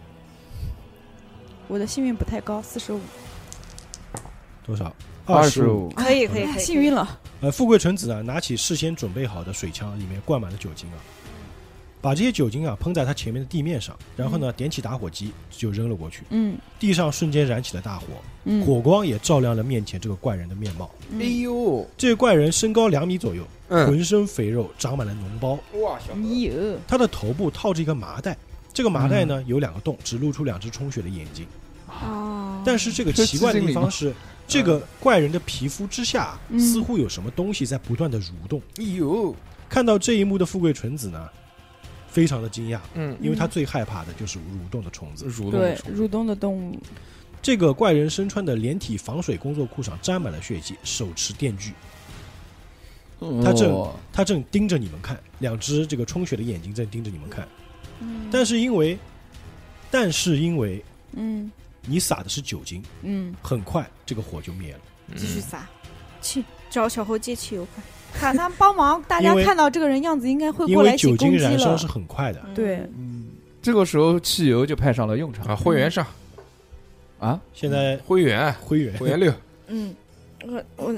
我的幸运不太高，四十五，多少？二十十。五，可以可以，可以哎幸运了。呃，富贵纯子啊，拿起事先准备好的水枪，里面灌满了酒精啊，把这些酒精啊喷在他前面的地面上，然后呢，点起打火机就扔了过去，嗯地上瞬间燃起了大火，嗯，火光也照亮了面前这个怪人的面貌。嗯哎呦，这个怪人身高两米左右，嗯，浑身肥肉，长满了脓包，哇，小何哟，他的头部套着一个麻袋。这个麻袋嗯呢有两个洞，只露出两只充血的眼睛。哦，但是这个这奇怪的地方是，这个怪人的皮肤之下啊嗯似乎有什么东西在不断的蠕动。哎呦，看到这一幕的富贵纯子呢，非常的惊讶，嗯，因为他最害怕的就是蠕动的虫子。蠕动对的，虫蠕动的动物，这个怪人身穿的连体防水工作裤上沾满了血迹，手持电锯，他这哦他正盯着你们看，两只这个充血的眼睛正盯着你们看。嗯但是因为，但是因为嗯你撒的是酒精，嗯，很快这个火就灭了。继嗯续撒。去找小猴借汽油快。卡他帮忙，大家因为看到这个人样子，应该会因过来为一起酒攻精击燃烧了是。很快的，嗯对，嗯，这个时候汽油就派上了用场啊，会员上，啊！现在嗯会员，灰原会员六，嗯，我我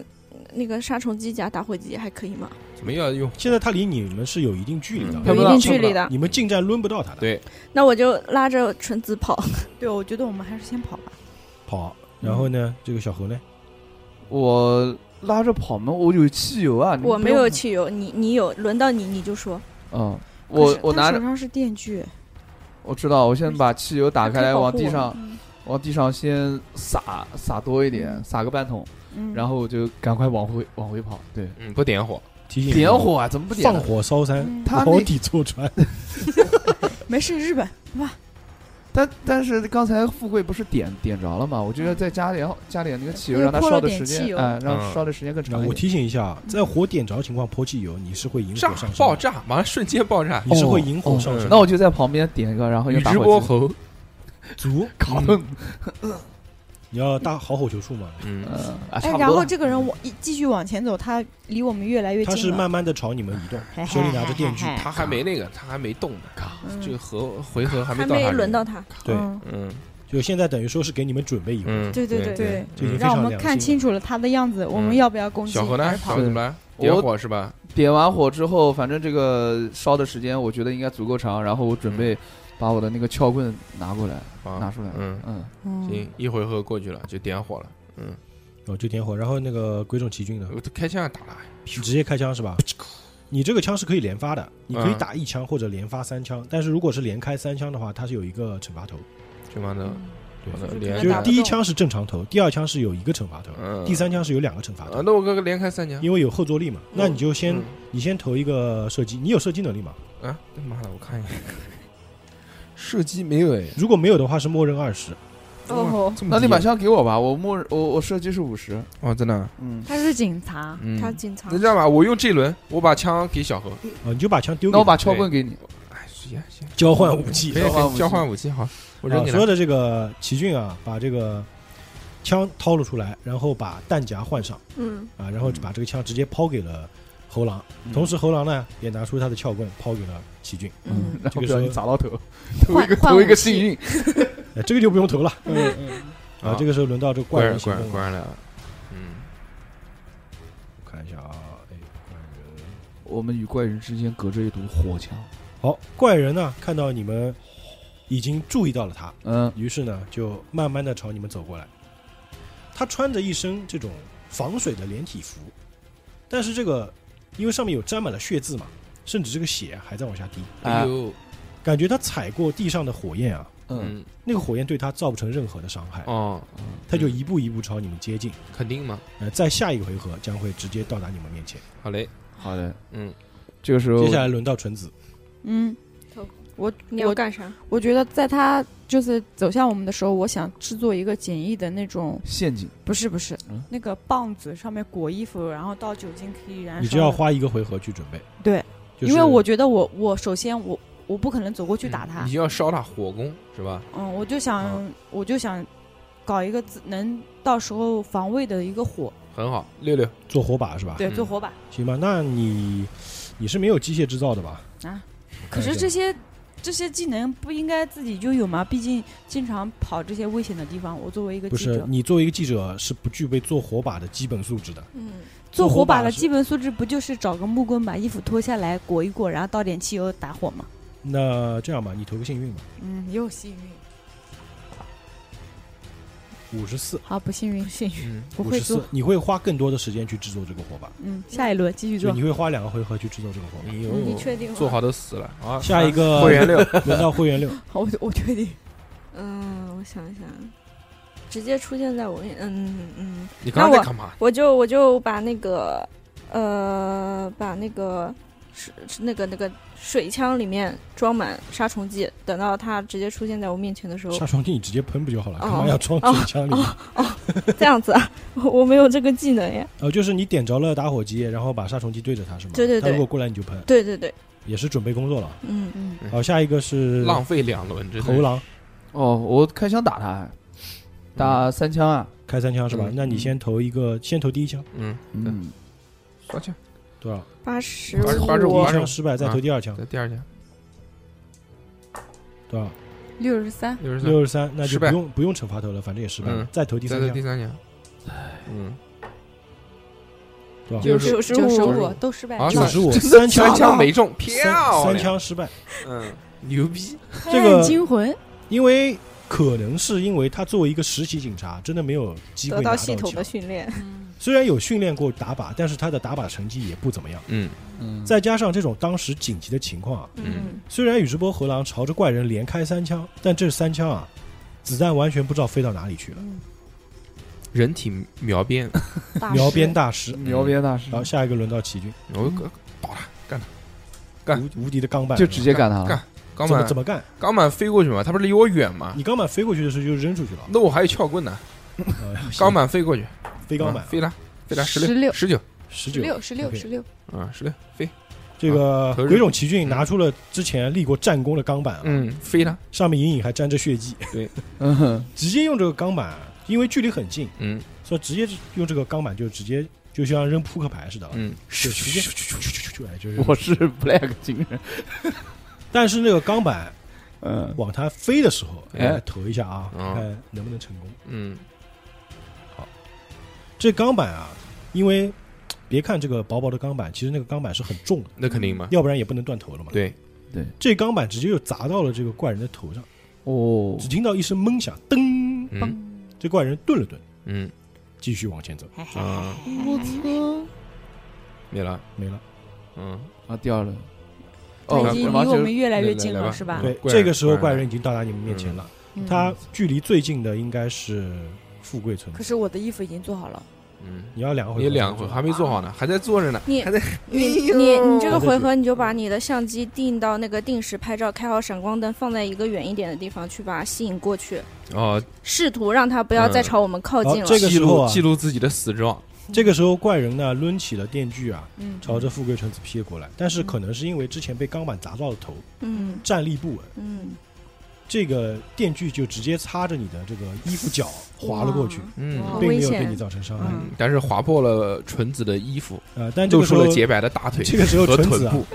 那个杀虫剂加打火机还可以吗？怎么又要用？现在他离你们是有一定距离嗯的，有看不一到看定距不离到的，你们近战抡不到他的。对，那我就拉着纯子跑。对，我觉得我们还是先跑吧。跑，然后呢，这个小何呢？我拉着跑吗？我有汽油啊！你我不没用有汽油，你你有，轮到你你就说。嗯，我可是我他拿手着，上是电锯，我知道，我先把汽油打开来，往地上嗯往地上先撒撒多一点，嗯撒个半桶，嗯，然后我就赶快往回往回跑。对，嗯，不点火，提醒你嗯点火啊！怎么不点放呢？火烧山，嗯他牢那底坐穿。没事，日本但但是刚才富贵不是点点着了吗？我觉得再加点加点那个汽油，又让它泼烧了的点时汽间，油哎，嗯让烧的时间更长我一点。提醒一下，在火点着的情况泼汽油，你是会引火炸上身的，爆炸，马上瞬间爆炸，你是会引火哦上身的。那我就在旁边点一个，然后宇用打智波火机。猴，足，烤嗯你要大好火球术嘛？嗯，嗯，啊哎差，不然多后了。这个人我一继续往前走，他离我们越来越它近了。是慢慢的朝你们移动，嘿手里拿着电锯嘿嘿嘿他还没那个，他还没动呢，嗯这个回回合还还到没他，轮到，他，对，嗯嗯就现在等于说是给你们准备一会儿。嗯，对对对对对，这已经非让我常们良看心嗯清了。楚了他的样子，我们要不要攻击？小何呢还？是小跑何是怎么了？我点火是吧？点完火之后，反正这个烧的时间我觉得应该足够长，然后我准备把我的那个撬棍拿过来，啊，拿出来。嗯，嗯，行，一回合过去了就点火了，嗯，哦，就点火，然后那个鬼冢奇骏呢？我都开枪打了，你直接开枪是吧？你这个枪是可以连发的，你可以嗯打一枪或者连发三枪，但是如果是连开三枪的话，它是有一个惩罚头，这帮的，对好的，就连就是打第一枪是正常头，第二枪是有一个惩罚头，嗯第三枪是有两个惩罚啊，头，那我哥哥连开三枪，因为有后坐力嘛。那你就先嗯你先投一个射击，你有射击能力吗？啊，他妈的，我看一眼，射击没有哎，如果没有的话是默认二十，哦吼，这 么那你低把啊枪给我吧，我默我我射击是五十。哦，真的啊，嗯，他是警察，嗯，他啊警察那。这样吧，我用这轮我把枪给小何，啊，你就把枪丢给那我他把撬棍给你。哎，行行，交换武器可以交换可武以器交换武器好，我扔啊，给所有他，的这个奇骏啊，把这个枪掏了出来，然后把弹夹换上嗯，啊，然后把这个枪直接抛给了猴狼，嗯同时猴狼呢也拿出他的撬棍抛给了奇骏，嗯嗯， 然后不这个小心时候砸到头，投换一个换投一个武器幸运。哎，这个就不用投了啊啊。这个时候轮到这个怪怪人人行怪人动怪了，人来了，嗯，我看一下啊，哎，怪人，我们与怪人之间隔着一堵火墙。好，怪人呢看到你们已经注意到了他，嗯，于是呢就慢慢的朝你们走过来。他穿着一身这种防水的连体服，但是这个因为上面有沾满了血渍嘛，甚至这个血啊还在往下滴，哎啊，哎呦，感觉他踩过地上的火焰啊，嗯，嗯，那个火焰对他造不成任何的伤害，哦，嗯他嗯就一步一步朝你们接近。肯定嘛，呃，在下一个回合将会直接到达你们面前。好嘞，好的，嗯，这个时候接下来轮到纯子，嗯，我你我要干啥？我觉得在他就是走向我们的时候，我想制作一个简易的那种，陷阱，不是不是，嗯那个棒子上面裹衣服，然后倒酒精可以燃烧的。你就要花一个回合去准备。对，就是、嗯因为我觉得我我首先我我不可能走过去打他嗯你，就要烧他火攻是吧？嗯，我就想、啊我就想搞一个自能到时候防卫的一个火，很好，六六，做火把是 吧？，对，嗯做火把。行吧，那你你是没有机械制造的吧？啊，可是这些这些技能不应该自己就有吗？毕竟经常跑这些危险的地方，我作为一个不记是者，你作为一个记者是不具备做火把的基本素质的。嗯，做做火火把把的的基本素质不就是找个木棍把衣服脱下来裹一裹，然后倒点汽油打火吗？那这样吧，你投个幸运吧，嗯，又幸运，五十四，好不幸运，幸运。嗯，不五会十做四，，你会花更多的时间去制作这个火把，嗯，下一轮继续就做你。会花两个回合去制作这个火把。你你有确定吗？嗯哎做好都死了啊！下一个会 员六，轮到会员 六，好，我我确定。嗯，我想想，直接出现在我面，嗯嗯，你刚刚那在干嘛？我就我就把那个呃，把那个是是那个那个水枪里面装满杀虫剂，等到它直接出现在我面前的时候杀，虫剂你直接喷不就好了？哦干嘛要装哦水枪里面？ 这样子啊，我我没有这个技能耶。呃，就是你点着了打火机，然后把杀虫剂对着它是吗？对对它对如果过来你就喷，对对对，也是准备工作了。嗯，嗯，好，下一个是浪费两轮，真的猴狼哦，我开枪打他，啊嗯打三枪啊，开三枪是吧？嗯那你先投一个，先投第一枪嗯，嗯，嗯，刷枪，多少？八十八十八十第五啊一五八，十枪五失败，再投第二枪再第二枪，多少？六十三，六十三，六十三，那失就不败用不用惩罚投了，反正也失败了嗯。再投第再三到第枪三枪，嗯，多少？六十九九十五，五哦都失败啊，九十五，这三三枪枪没中，漂三亮，三，枪失败。嗯，牛逼，这个惊魂，因为可能是因为他作为一个实习警察，真的没有机会得拿到到系统的枪训练。虽然有训练过打靶，但是他的打靶成绩也不怎么样。嗯嗯，再加上这种当时紧急的情况啊，嗯，虽然宇智波和狼朝着怪人连开三枪，但这三枪啊，子弹完全不知道飞到哪里去了，人体 描边，大描师嗯边大师。牛鞭大师然，后下一个轮到齐军，我倒他，干他，干无无敌的钢板啊就直接干他干了，嗯钢怎么板啊怎么嗯干？钢板飞过去嘛，他不是离我远嘛，你钢板飞过去的时候就扔出去了，那我还有撬棍呢，呃嗯钢板飞过去，飞钢板啊飞了，飞了十六16十九，十十九。六十六 OK 十六，啊十六飞，这个投入鬼冢奇骏嗯拿出了之前立过战功的钢板啊，嗯飞了，上面隐隐还沾着血迹，嗯哼，直接用这个钢板，啊因为距离很近，嗯所以直接用这个钢板就直接就像扔扑克牌似的了，嗯，就直接就哎就是。我是嗯 black 精人，但是那个钢板嗯，往它飞的时候，哎哎，投一下啊，嗯看能不能成功。嗯这钢板啊，因为别看这个薄薄的钢板，其实那个钢板是很重的，那肯定嘛，嗯要不然也不能断头了嘛。，嗯对，这钢板直接就砸到了这个怪人的头上，哦，只听到一声闷响，噔，嗯这怪人顿了顿，嗯继续往前走，啊哎我没了，没了。嗯啊掉了，操，哦他已经离我们越来越来近来了，吧是吧？对，怪人这个时候怪人已经到达你们面前了，嗯他距离最近的应该是富贵村可。是我的衣服已经做好了，嗯，你要两回合，你两回还没做好呢，还在做着呢，你还在你你你这个回合你就把你的相机定到那个定时拍照，开好闪光灯，放在一个远一点的地方去把它吸引过去，哦试图让它不要再朝我们靠近嗯了。好这个记时候录啊记录自己的死状，这个时候怪人呢抡起了电锯啊，嗯，朝着富贵村子劈了过来，但是可能是因为之前被钢板砸到了头，嗯站立不稳，嗯，这个电锯就直接擦着你的这个衣服角划了过去，嗯哇好并没危有对险啊你造成伤害。嗯但是划破了纯子的衣服，呃，但这露个时出候了洁白的大腿这个时候和纯臀子啊部，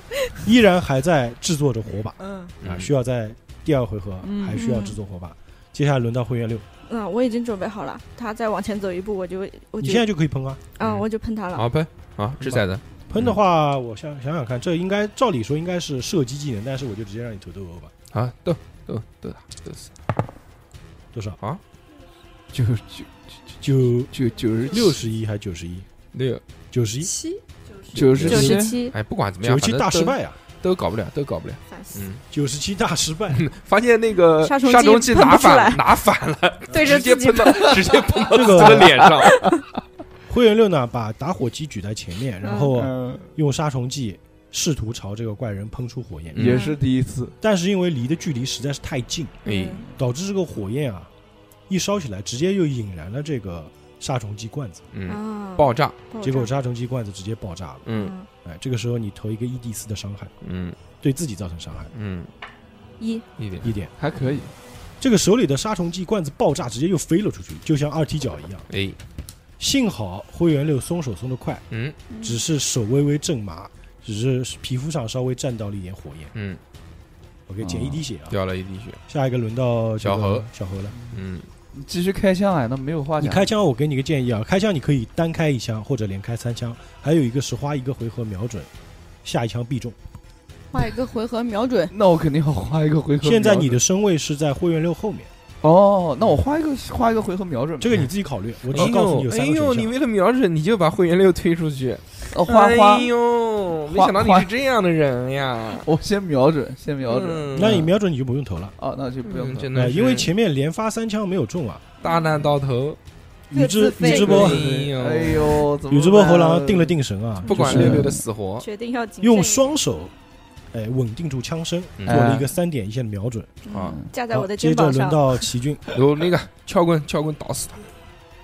依然还在制作着火把嗯，啊，嗯需要在第二回合嗯还需要制作火把。接下来轮到会员六，嗯，我已经准备好了，他再往前走一步，我就我你现就嗯在就可以喷啊！啊我就喷他了。好喷啊，掷骰子，喷的话，我想想想看，这应该照理说应该是射击技能，但是我就直接让你投斗殴吧。啊，斗斗斗他斗死！多少？九九九九九十六十一还是九十一？六九十一，七九十九七十七，哎，不管怎么九样，十七反正大都失，败啊！都搞不了，都搞不了。反思，嗯，九十七大失败，啊 发现那个杀虫剂虫剂喷拿不出反来了，拿反了，对着直接自己喷到直接喷到这自个己的脸上。灰原六呢，把打火机举在前面，然后嗯，用杀虫剂试图朝这个怪人喷出火焰，嗯也是第一次，但是因为离的距离实在是太近，哎，导致这个火焰啊一烧起来，直接就引燃了这个杀虫剂罐子，嗯，啊，爆炸，结果杀虫剂罐子直接爆炸了。嗯哎，这个时候你投一个 ED 四的伤害，嗯对自己造成伤害嗯，一一点一点。还可以，这个手里的杀虫剂罐子爆炸，直接就飞了出去，就像二踢脚一样。哎，幸好灰原六松手松得快，嗯只是手微微震麻，只是皮肤上稍微沾到了一点火焰。嗯， OK，减一滴血啊。掉了一滴血，下一个轮到这个嗯小何，小何了。嗯，你继续开枪啊，那没有话你讲。开枪，我给你个建议啊，开枪你可以单开一枪或者连开三枪，还有一个是花一个回合瞄准，下一枪必中。画一个回合瞄准，那我肯定要花一个回合瞄准。现在你的身位是在灰原六后面，哦，那我花一个花一个回合瞄准吧。这个你自己考虑，我只哎是告诉你呦有哎三个呦，选你项。为了瞄准，你就把会员六推出去，哦花花哎，呦，没花想到你花是这样的人呀！我先瞄准，先瞄准。嗯那你瞄准你就不用投了，哦，那就不用嗯了。真呃，的是，因为前面连发三枪没有中啊。大难到头，宇各智自宇飞智波哎呦哎呦，怎么宇智波办猴郎定了定神啊，不管就六是六的死活，决定要谨慎用双手，哎，稳定住枪身，嗯做了一个三点一线的瞄准。啊，嗯架在好我的接肩着膀轮上，到齐军，有那个撬棍，撬棍打死他，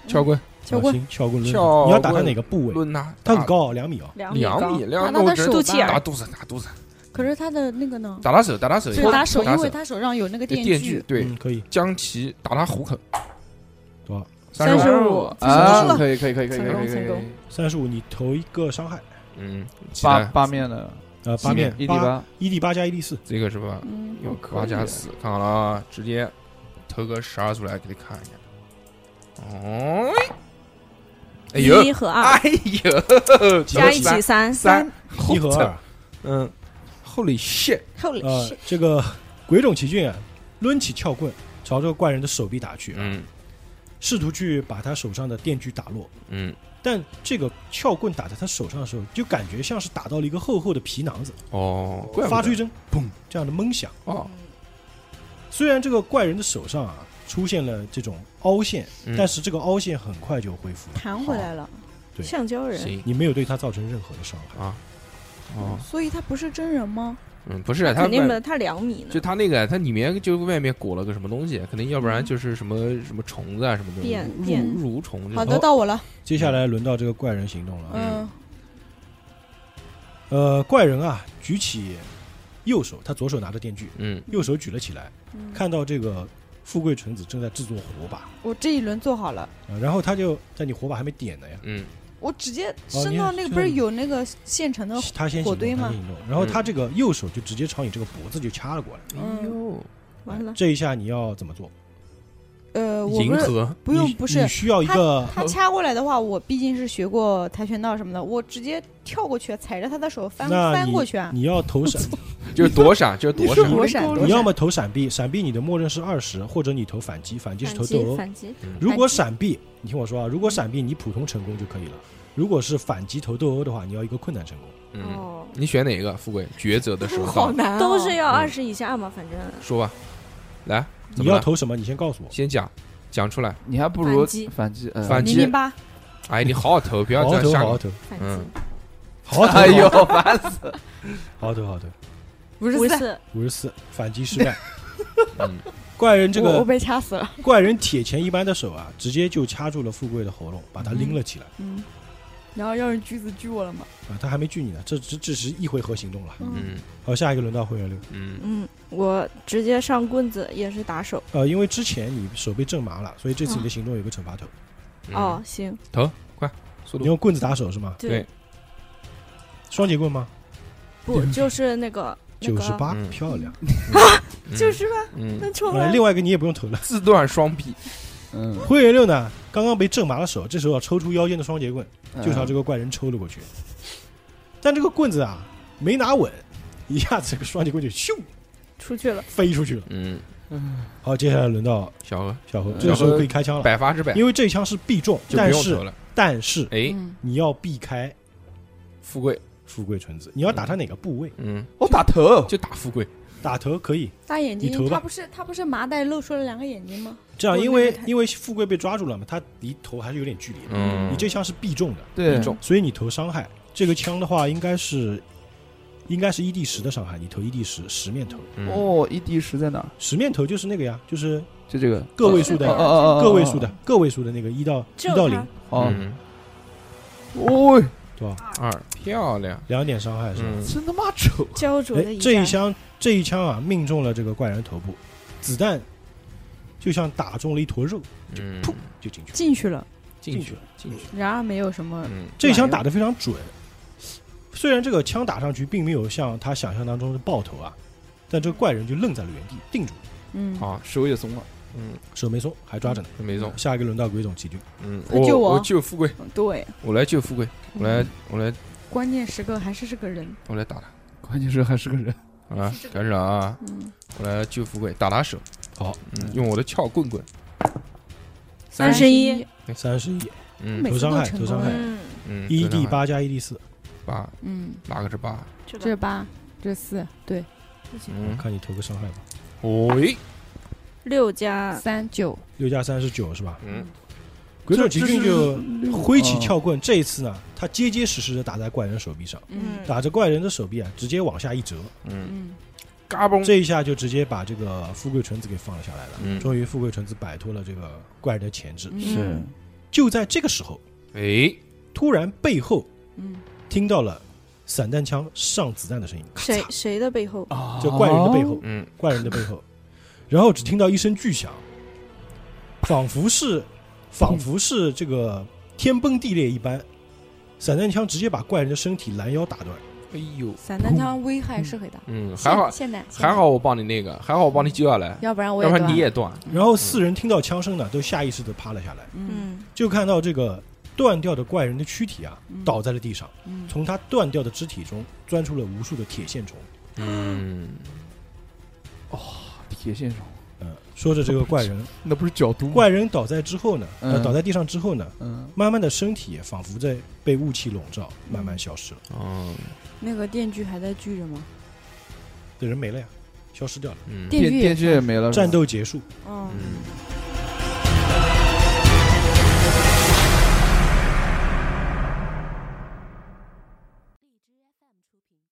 撬棍小心撬棍抡撬他，你要打他棍哪个部位？抡他，嗯他打很高，两米啊。两米高两米，，两打米，那到我他只手能肚脐眼吧儿打肚子，打肚子，可是他的那个呢？打他手，打他手，是或打手，打因手为，他手上有那个电电锯锯，对，嗯，可以。将其打他虎口，多少？三三十五，五啊，可以可以可以可以可以可以可成功成以功，三十五，你投一个伤害，嗯，起八来八面的呃，八面一 d 八八，一 d 八加一 d 四，这个是吧？嗯，有可八以加四，看好了啊，直接投个十二出来给你看一下。哦，哎呦，一和二哎呦，加一起三，三一和，二。嗯，Holy shit， Holy 呃 shit，，这个鬼冢奇骏啊，抡起撬棍朝这个怪人的手臂打去，嗯试图去把他手上的电锯打落。嗯，但这个撬棍打在他手上的时候，就感觉像是打到了一个厚厚的皮囊子，哦，怪不发得出一声砰这样的闷响。嗯哦，虽然这个怪人的手上啊出现了这种凹陷，嗯但是这个凹陷很快就恢复了，弹回来了，对橡胶人，行你没有对他造成任何的伤害。啊，哦，所以他不是真人吗？嗯，不是，他肯定外的，他两米呢就，他那个，它里面就外面裹了个什么东西，可能要不然就是什么什么虫子啊，什么东西，变蠕变蠕虫这种。好的，到我了，接下来轮到这个怪人行动了啊。嗯，呃，怪人啊，举起右手，他左手拿着电锯，嗯，右手举了起来，嗯看到这个富贵纯子正在制作火把，我这一轮做好了，啊然后他就在你火把还没点呢呀，嗯我直接哦伸你到那个是不是有那个现成的，他先火行动，他堆先吗行动，然后他这个右手就直接朝你这个脖子就掐了过来，嗯，哎呦，完嗯了，这一下你要怎么做？呃，我银不是河，不用你不是你需要一个他掐过来的话，我毕竟是学过跆拳道什么的，我直接跳过去，踩着他的手翻那翻过去啊！你要投 闪，就是躲闪，就是躲闪。躲闪，躲你要闪，么投闪避，闪避你的默认是二十，或者你投反击，反击是反投斗击殴。反击，如果闪避，你听我说啊，如果闪避你普通成功就可以了。如果是反击投斗殴的话，你要一个困难成功。嗯，哦，你选哪个？富贵抉择的 时候到了，难哦都是要嗯二十以下嘛，反正说吧，来，你怎么要了？投什么？你先告诉我。先讲，讲出来。你还不如反击反击，呃反击零零八，哎，你好好投，不要好这好样投，瞎好搞好。投，反嗯击好好 投，哎呦， 烦死！好好投，好好投。五五十十四，四，五十四，反击失败。 嗯怪人这我我个被掐死了。怪人铁钳一般的手啊，直接就掐住了富贵的喉咙，把他拎了起来。嗯，然后要是橘子狙我了嘛？啊，他还没锯你呢，这只只是一回合行动了。嗯，嗯好，下一个轮到会员六。嗯嗯，我直接上棍子也是打手，呃，因为之前你手被震麻了，所以这次你的行动有个惩罚头。嗯哦，，行，速你度用棍子打手是吗？对，双节棍吗？不就是那个那九啊十个八嗯，漂亮。就是吧？嗯，能 出呃，来另外一个你也不用投了。 自断双臂，嗯，会员六呢，嗯嗯刚刚被震麻了手，这时候要抽出腰间的双节棍，就朝这个个怪人抽了过去。但这个棍子啊没拿稳，一下子这个双截棍就咻出去了，飞出去了。嗯，好，接下来轮到小何小何嗯，这个时候可以开枪了，百发之百，哦因为这一枪是必中，就不但用投是了。但是哎，嗯你要避开富贵，富贵纯子，你要打他哪个部位？嗯，我哦打头，哦就打富贵，打头可以，大眼你投睛，吧他不是他不是麻袋露出了两个眼睛 吗？这样，我因那为个太因为富贵被抓住了嘛，他离头还是有点距离的。嗯，你这枪是必中的，对一，中所以你投伤害。这个枪的话，应该是应该是一 d 十的伤害，你投一 d 十，十面投，嗯哦，一滴十在哪儿？十面投就是那个呀，就是就这个个位数哦哦的，哦哦，哦个位数的，，个位数的那个一到一只有到他零，哦，嗯哦，对吧？二漂亮，两点伤害是吧？嗯，真他妈丑，焦灼的哎，一这一战枪这一枪啊，命中了这个怪人头部，子弹就像打中了一坨肉，就嗯噗就进去了，进去了，进去去了，进去了，然而没有什么，嗯，这一枪打得非常准，虽然这个枪打上去并没有像他想象当中的爆头啊，但这个怪人就愣在了原地，定住了，嗯，好，手也松了，嗯，手没松，还抓着呢。没中，下一个轮到鬼冢急救，嗯，快救我我嗯救富贵，对，嗯我来救富贵，我来我来关键时刻还是这个人，我来打他。关键是还是个人，好了，开始了啊！嗯，我来救富贵，打他手。好，嗯，用我的撬棍棍。三十一31，三十一，嗯每头次伤都害成头功伤害了，嗯，嗯，一对 d 八加一 d 四，八，嗯，哪个是八？这这个是八，这是四，对，嗯，看你投个伤害吧。喂，六加三九，六加三是九是吧？嗯，鬼冢急救就挥起哦，撬棍，这一次呢，他结结实实的打在怪人手臂上，嗯嗯打着怪人的手臂啊，直接往下一折，嗯，嗯，嘎嘣，这一下就直接把这个富贵纯子给放了下来了。嗯，终于，富贵纯子摆脱了这个怪人的钳制。嗯 是，就在这个时候，哎，突然背后嗯，听到了散弹枪上子弹的声音，咔谁嚓，谁的背后？啊就怪人的背后，嗯，怪人的背后，然后只听到一声巨响，仿佛是，仿佛是这个天崩地裂一般，散弹枪直接把怪人的身体拦腰打断。哎呦，散弹枪危害是很大，嗯，现还好现在还，好，我帮你那个，还好我帮你救下来现在，要不然我要不然断你了也断。嗯然后四人听到枪声呢，都下意识的趴了下来，嗯，嗯，就看到这个断掉的怪人的躯体啊，嗯倒在了地上，嗯，从他断掉的肢体中钻出了无数的铁线虫。嗯，啊铁线虫，嗯，说着这个怪人，那哦不是角毒吗？怪人倒在之后呢，呃，嗯倒在地上之后呢，嗯，慢慢的身体也仿佛在被雾气笼罩，慢慢消失了。哦，那个电锯还在锯着吗？这人没了呀，消失掉了。嗯，电锯电也电锯也没了，战是吧，斗结束，哦，嗯，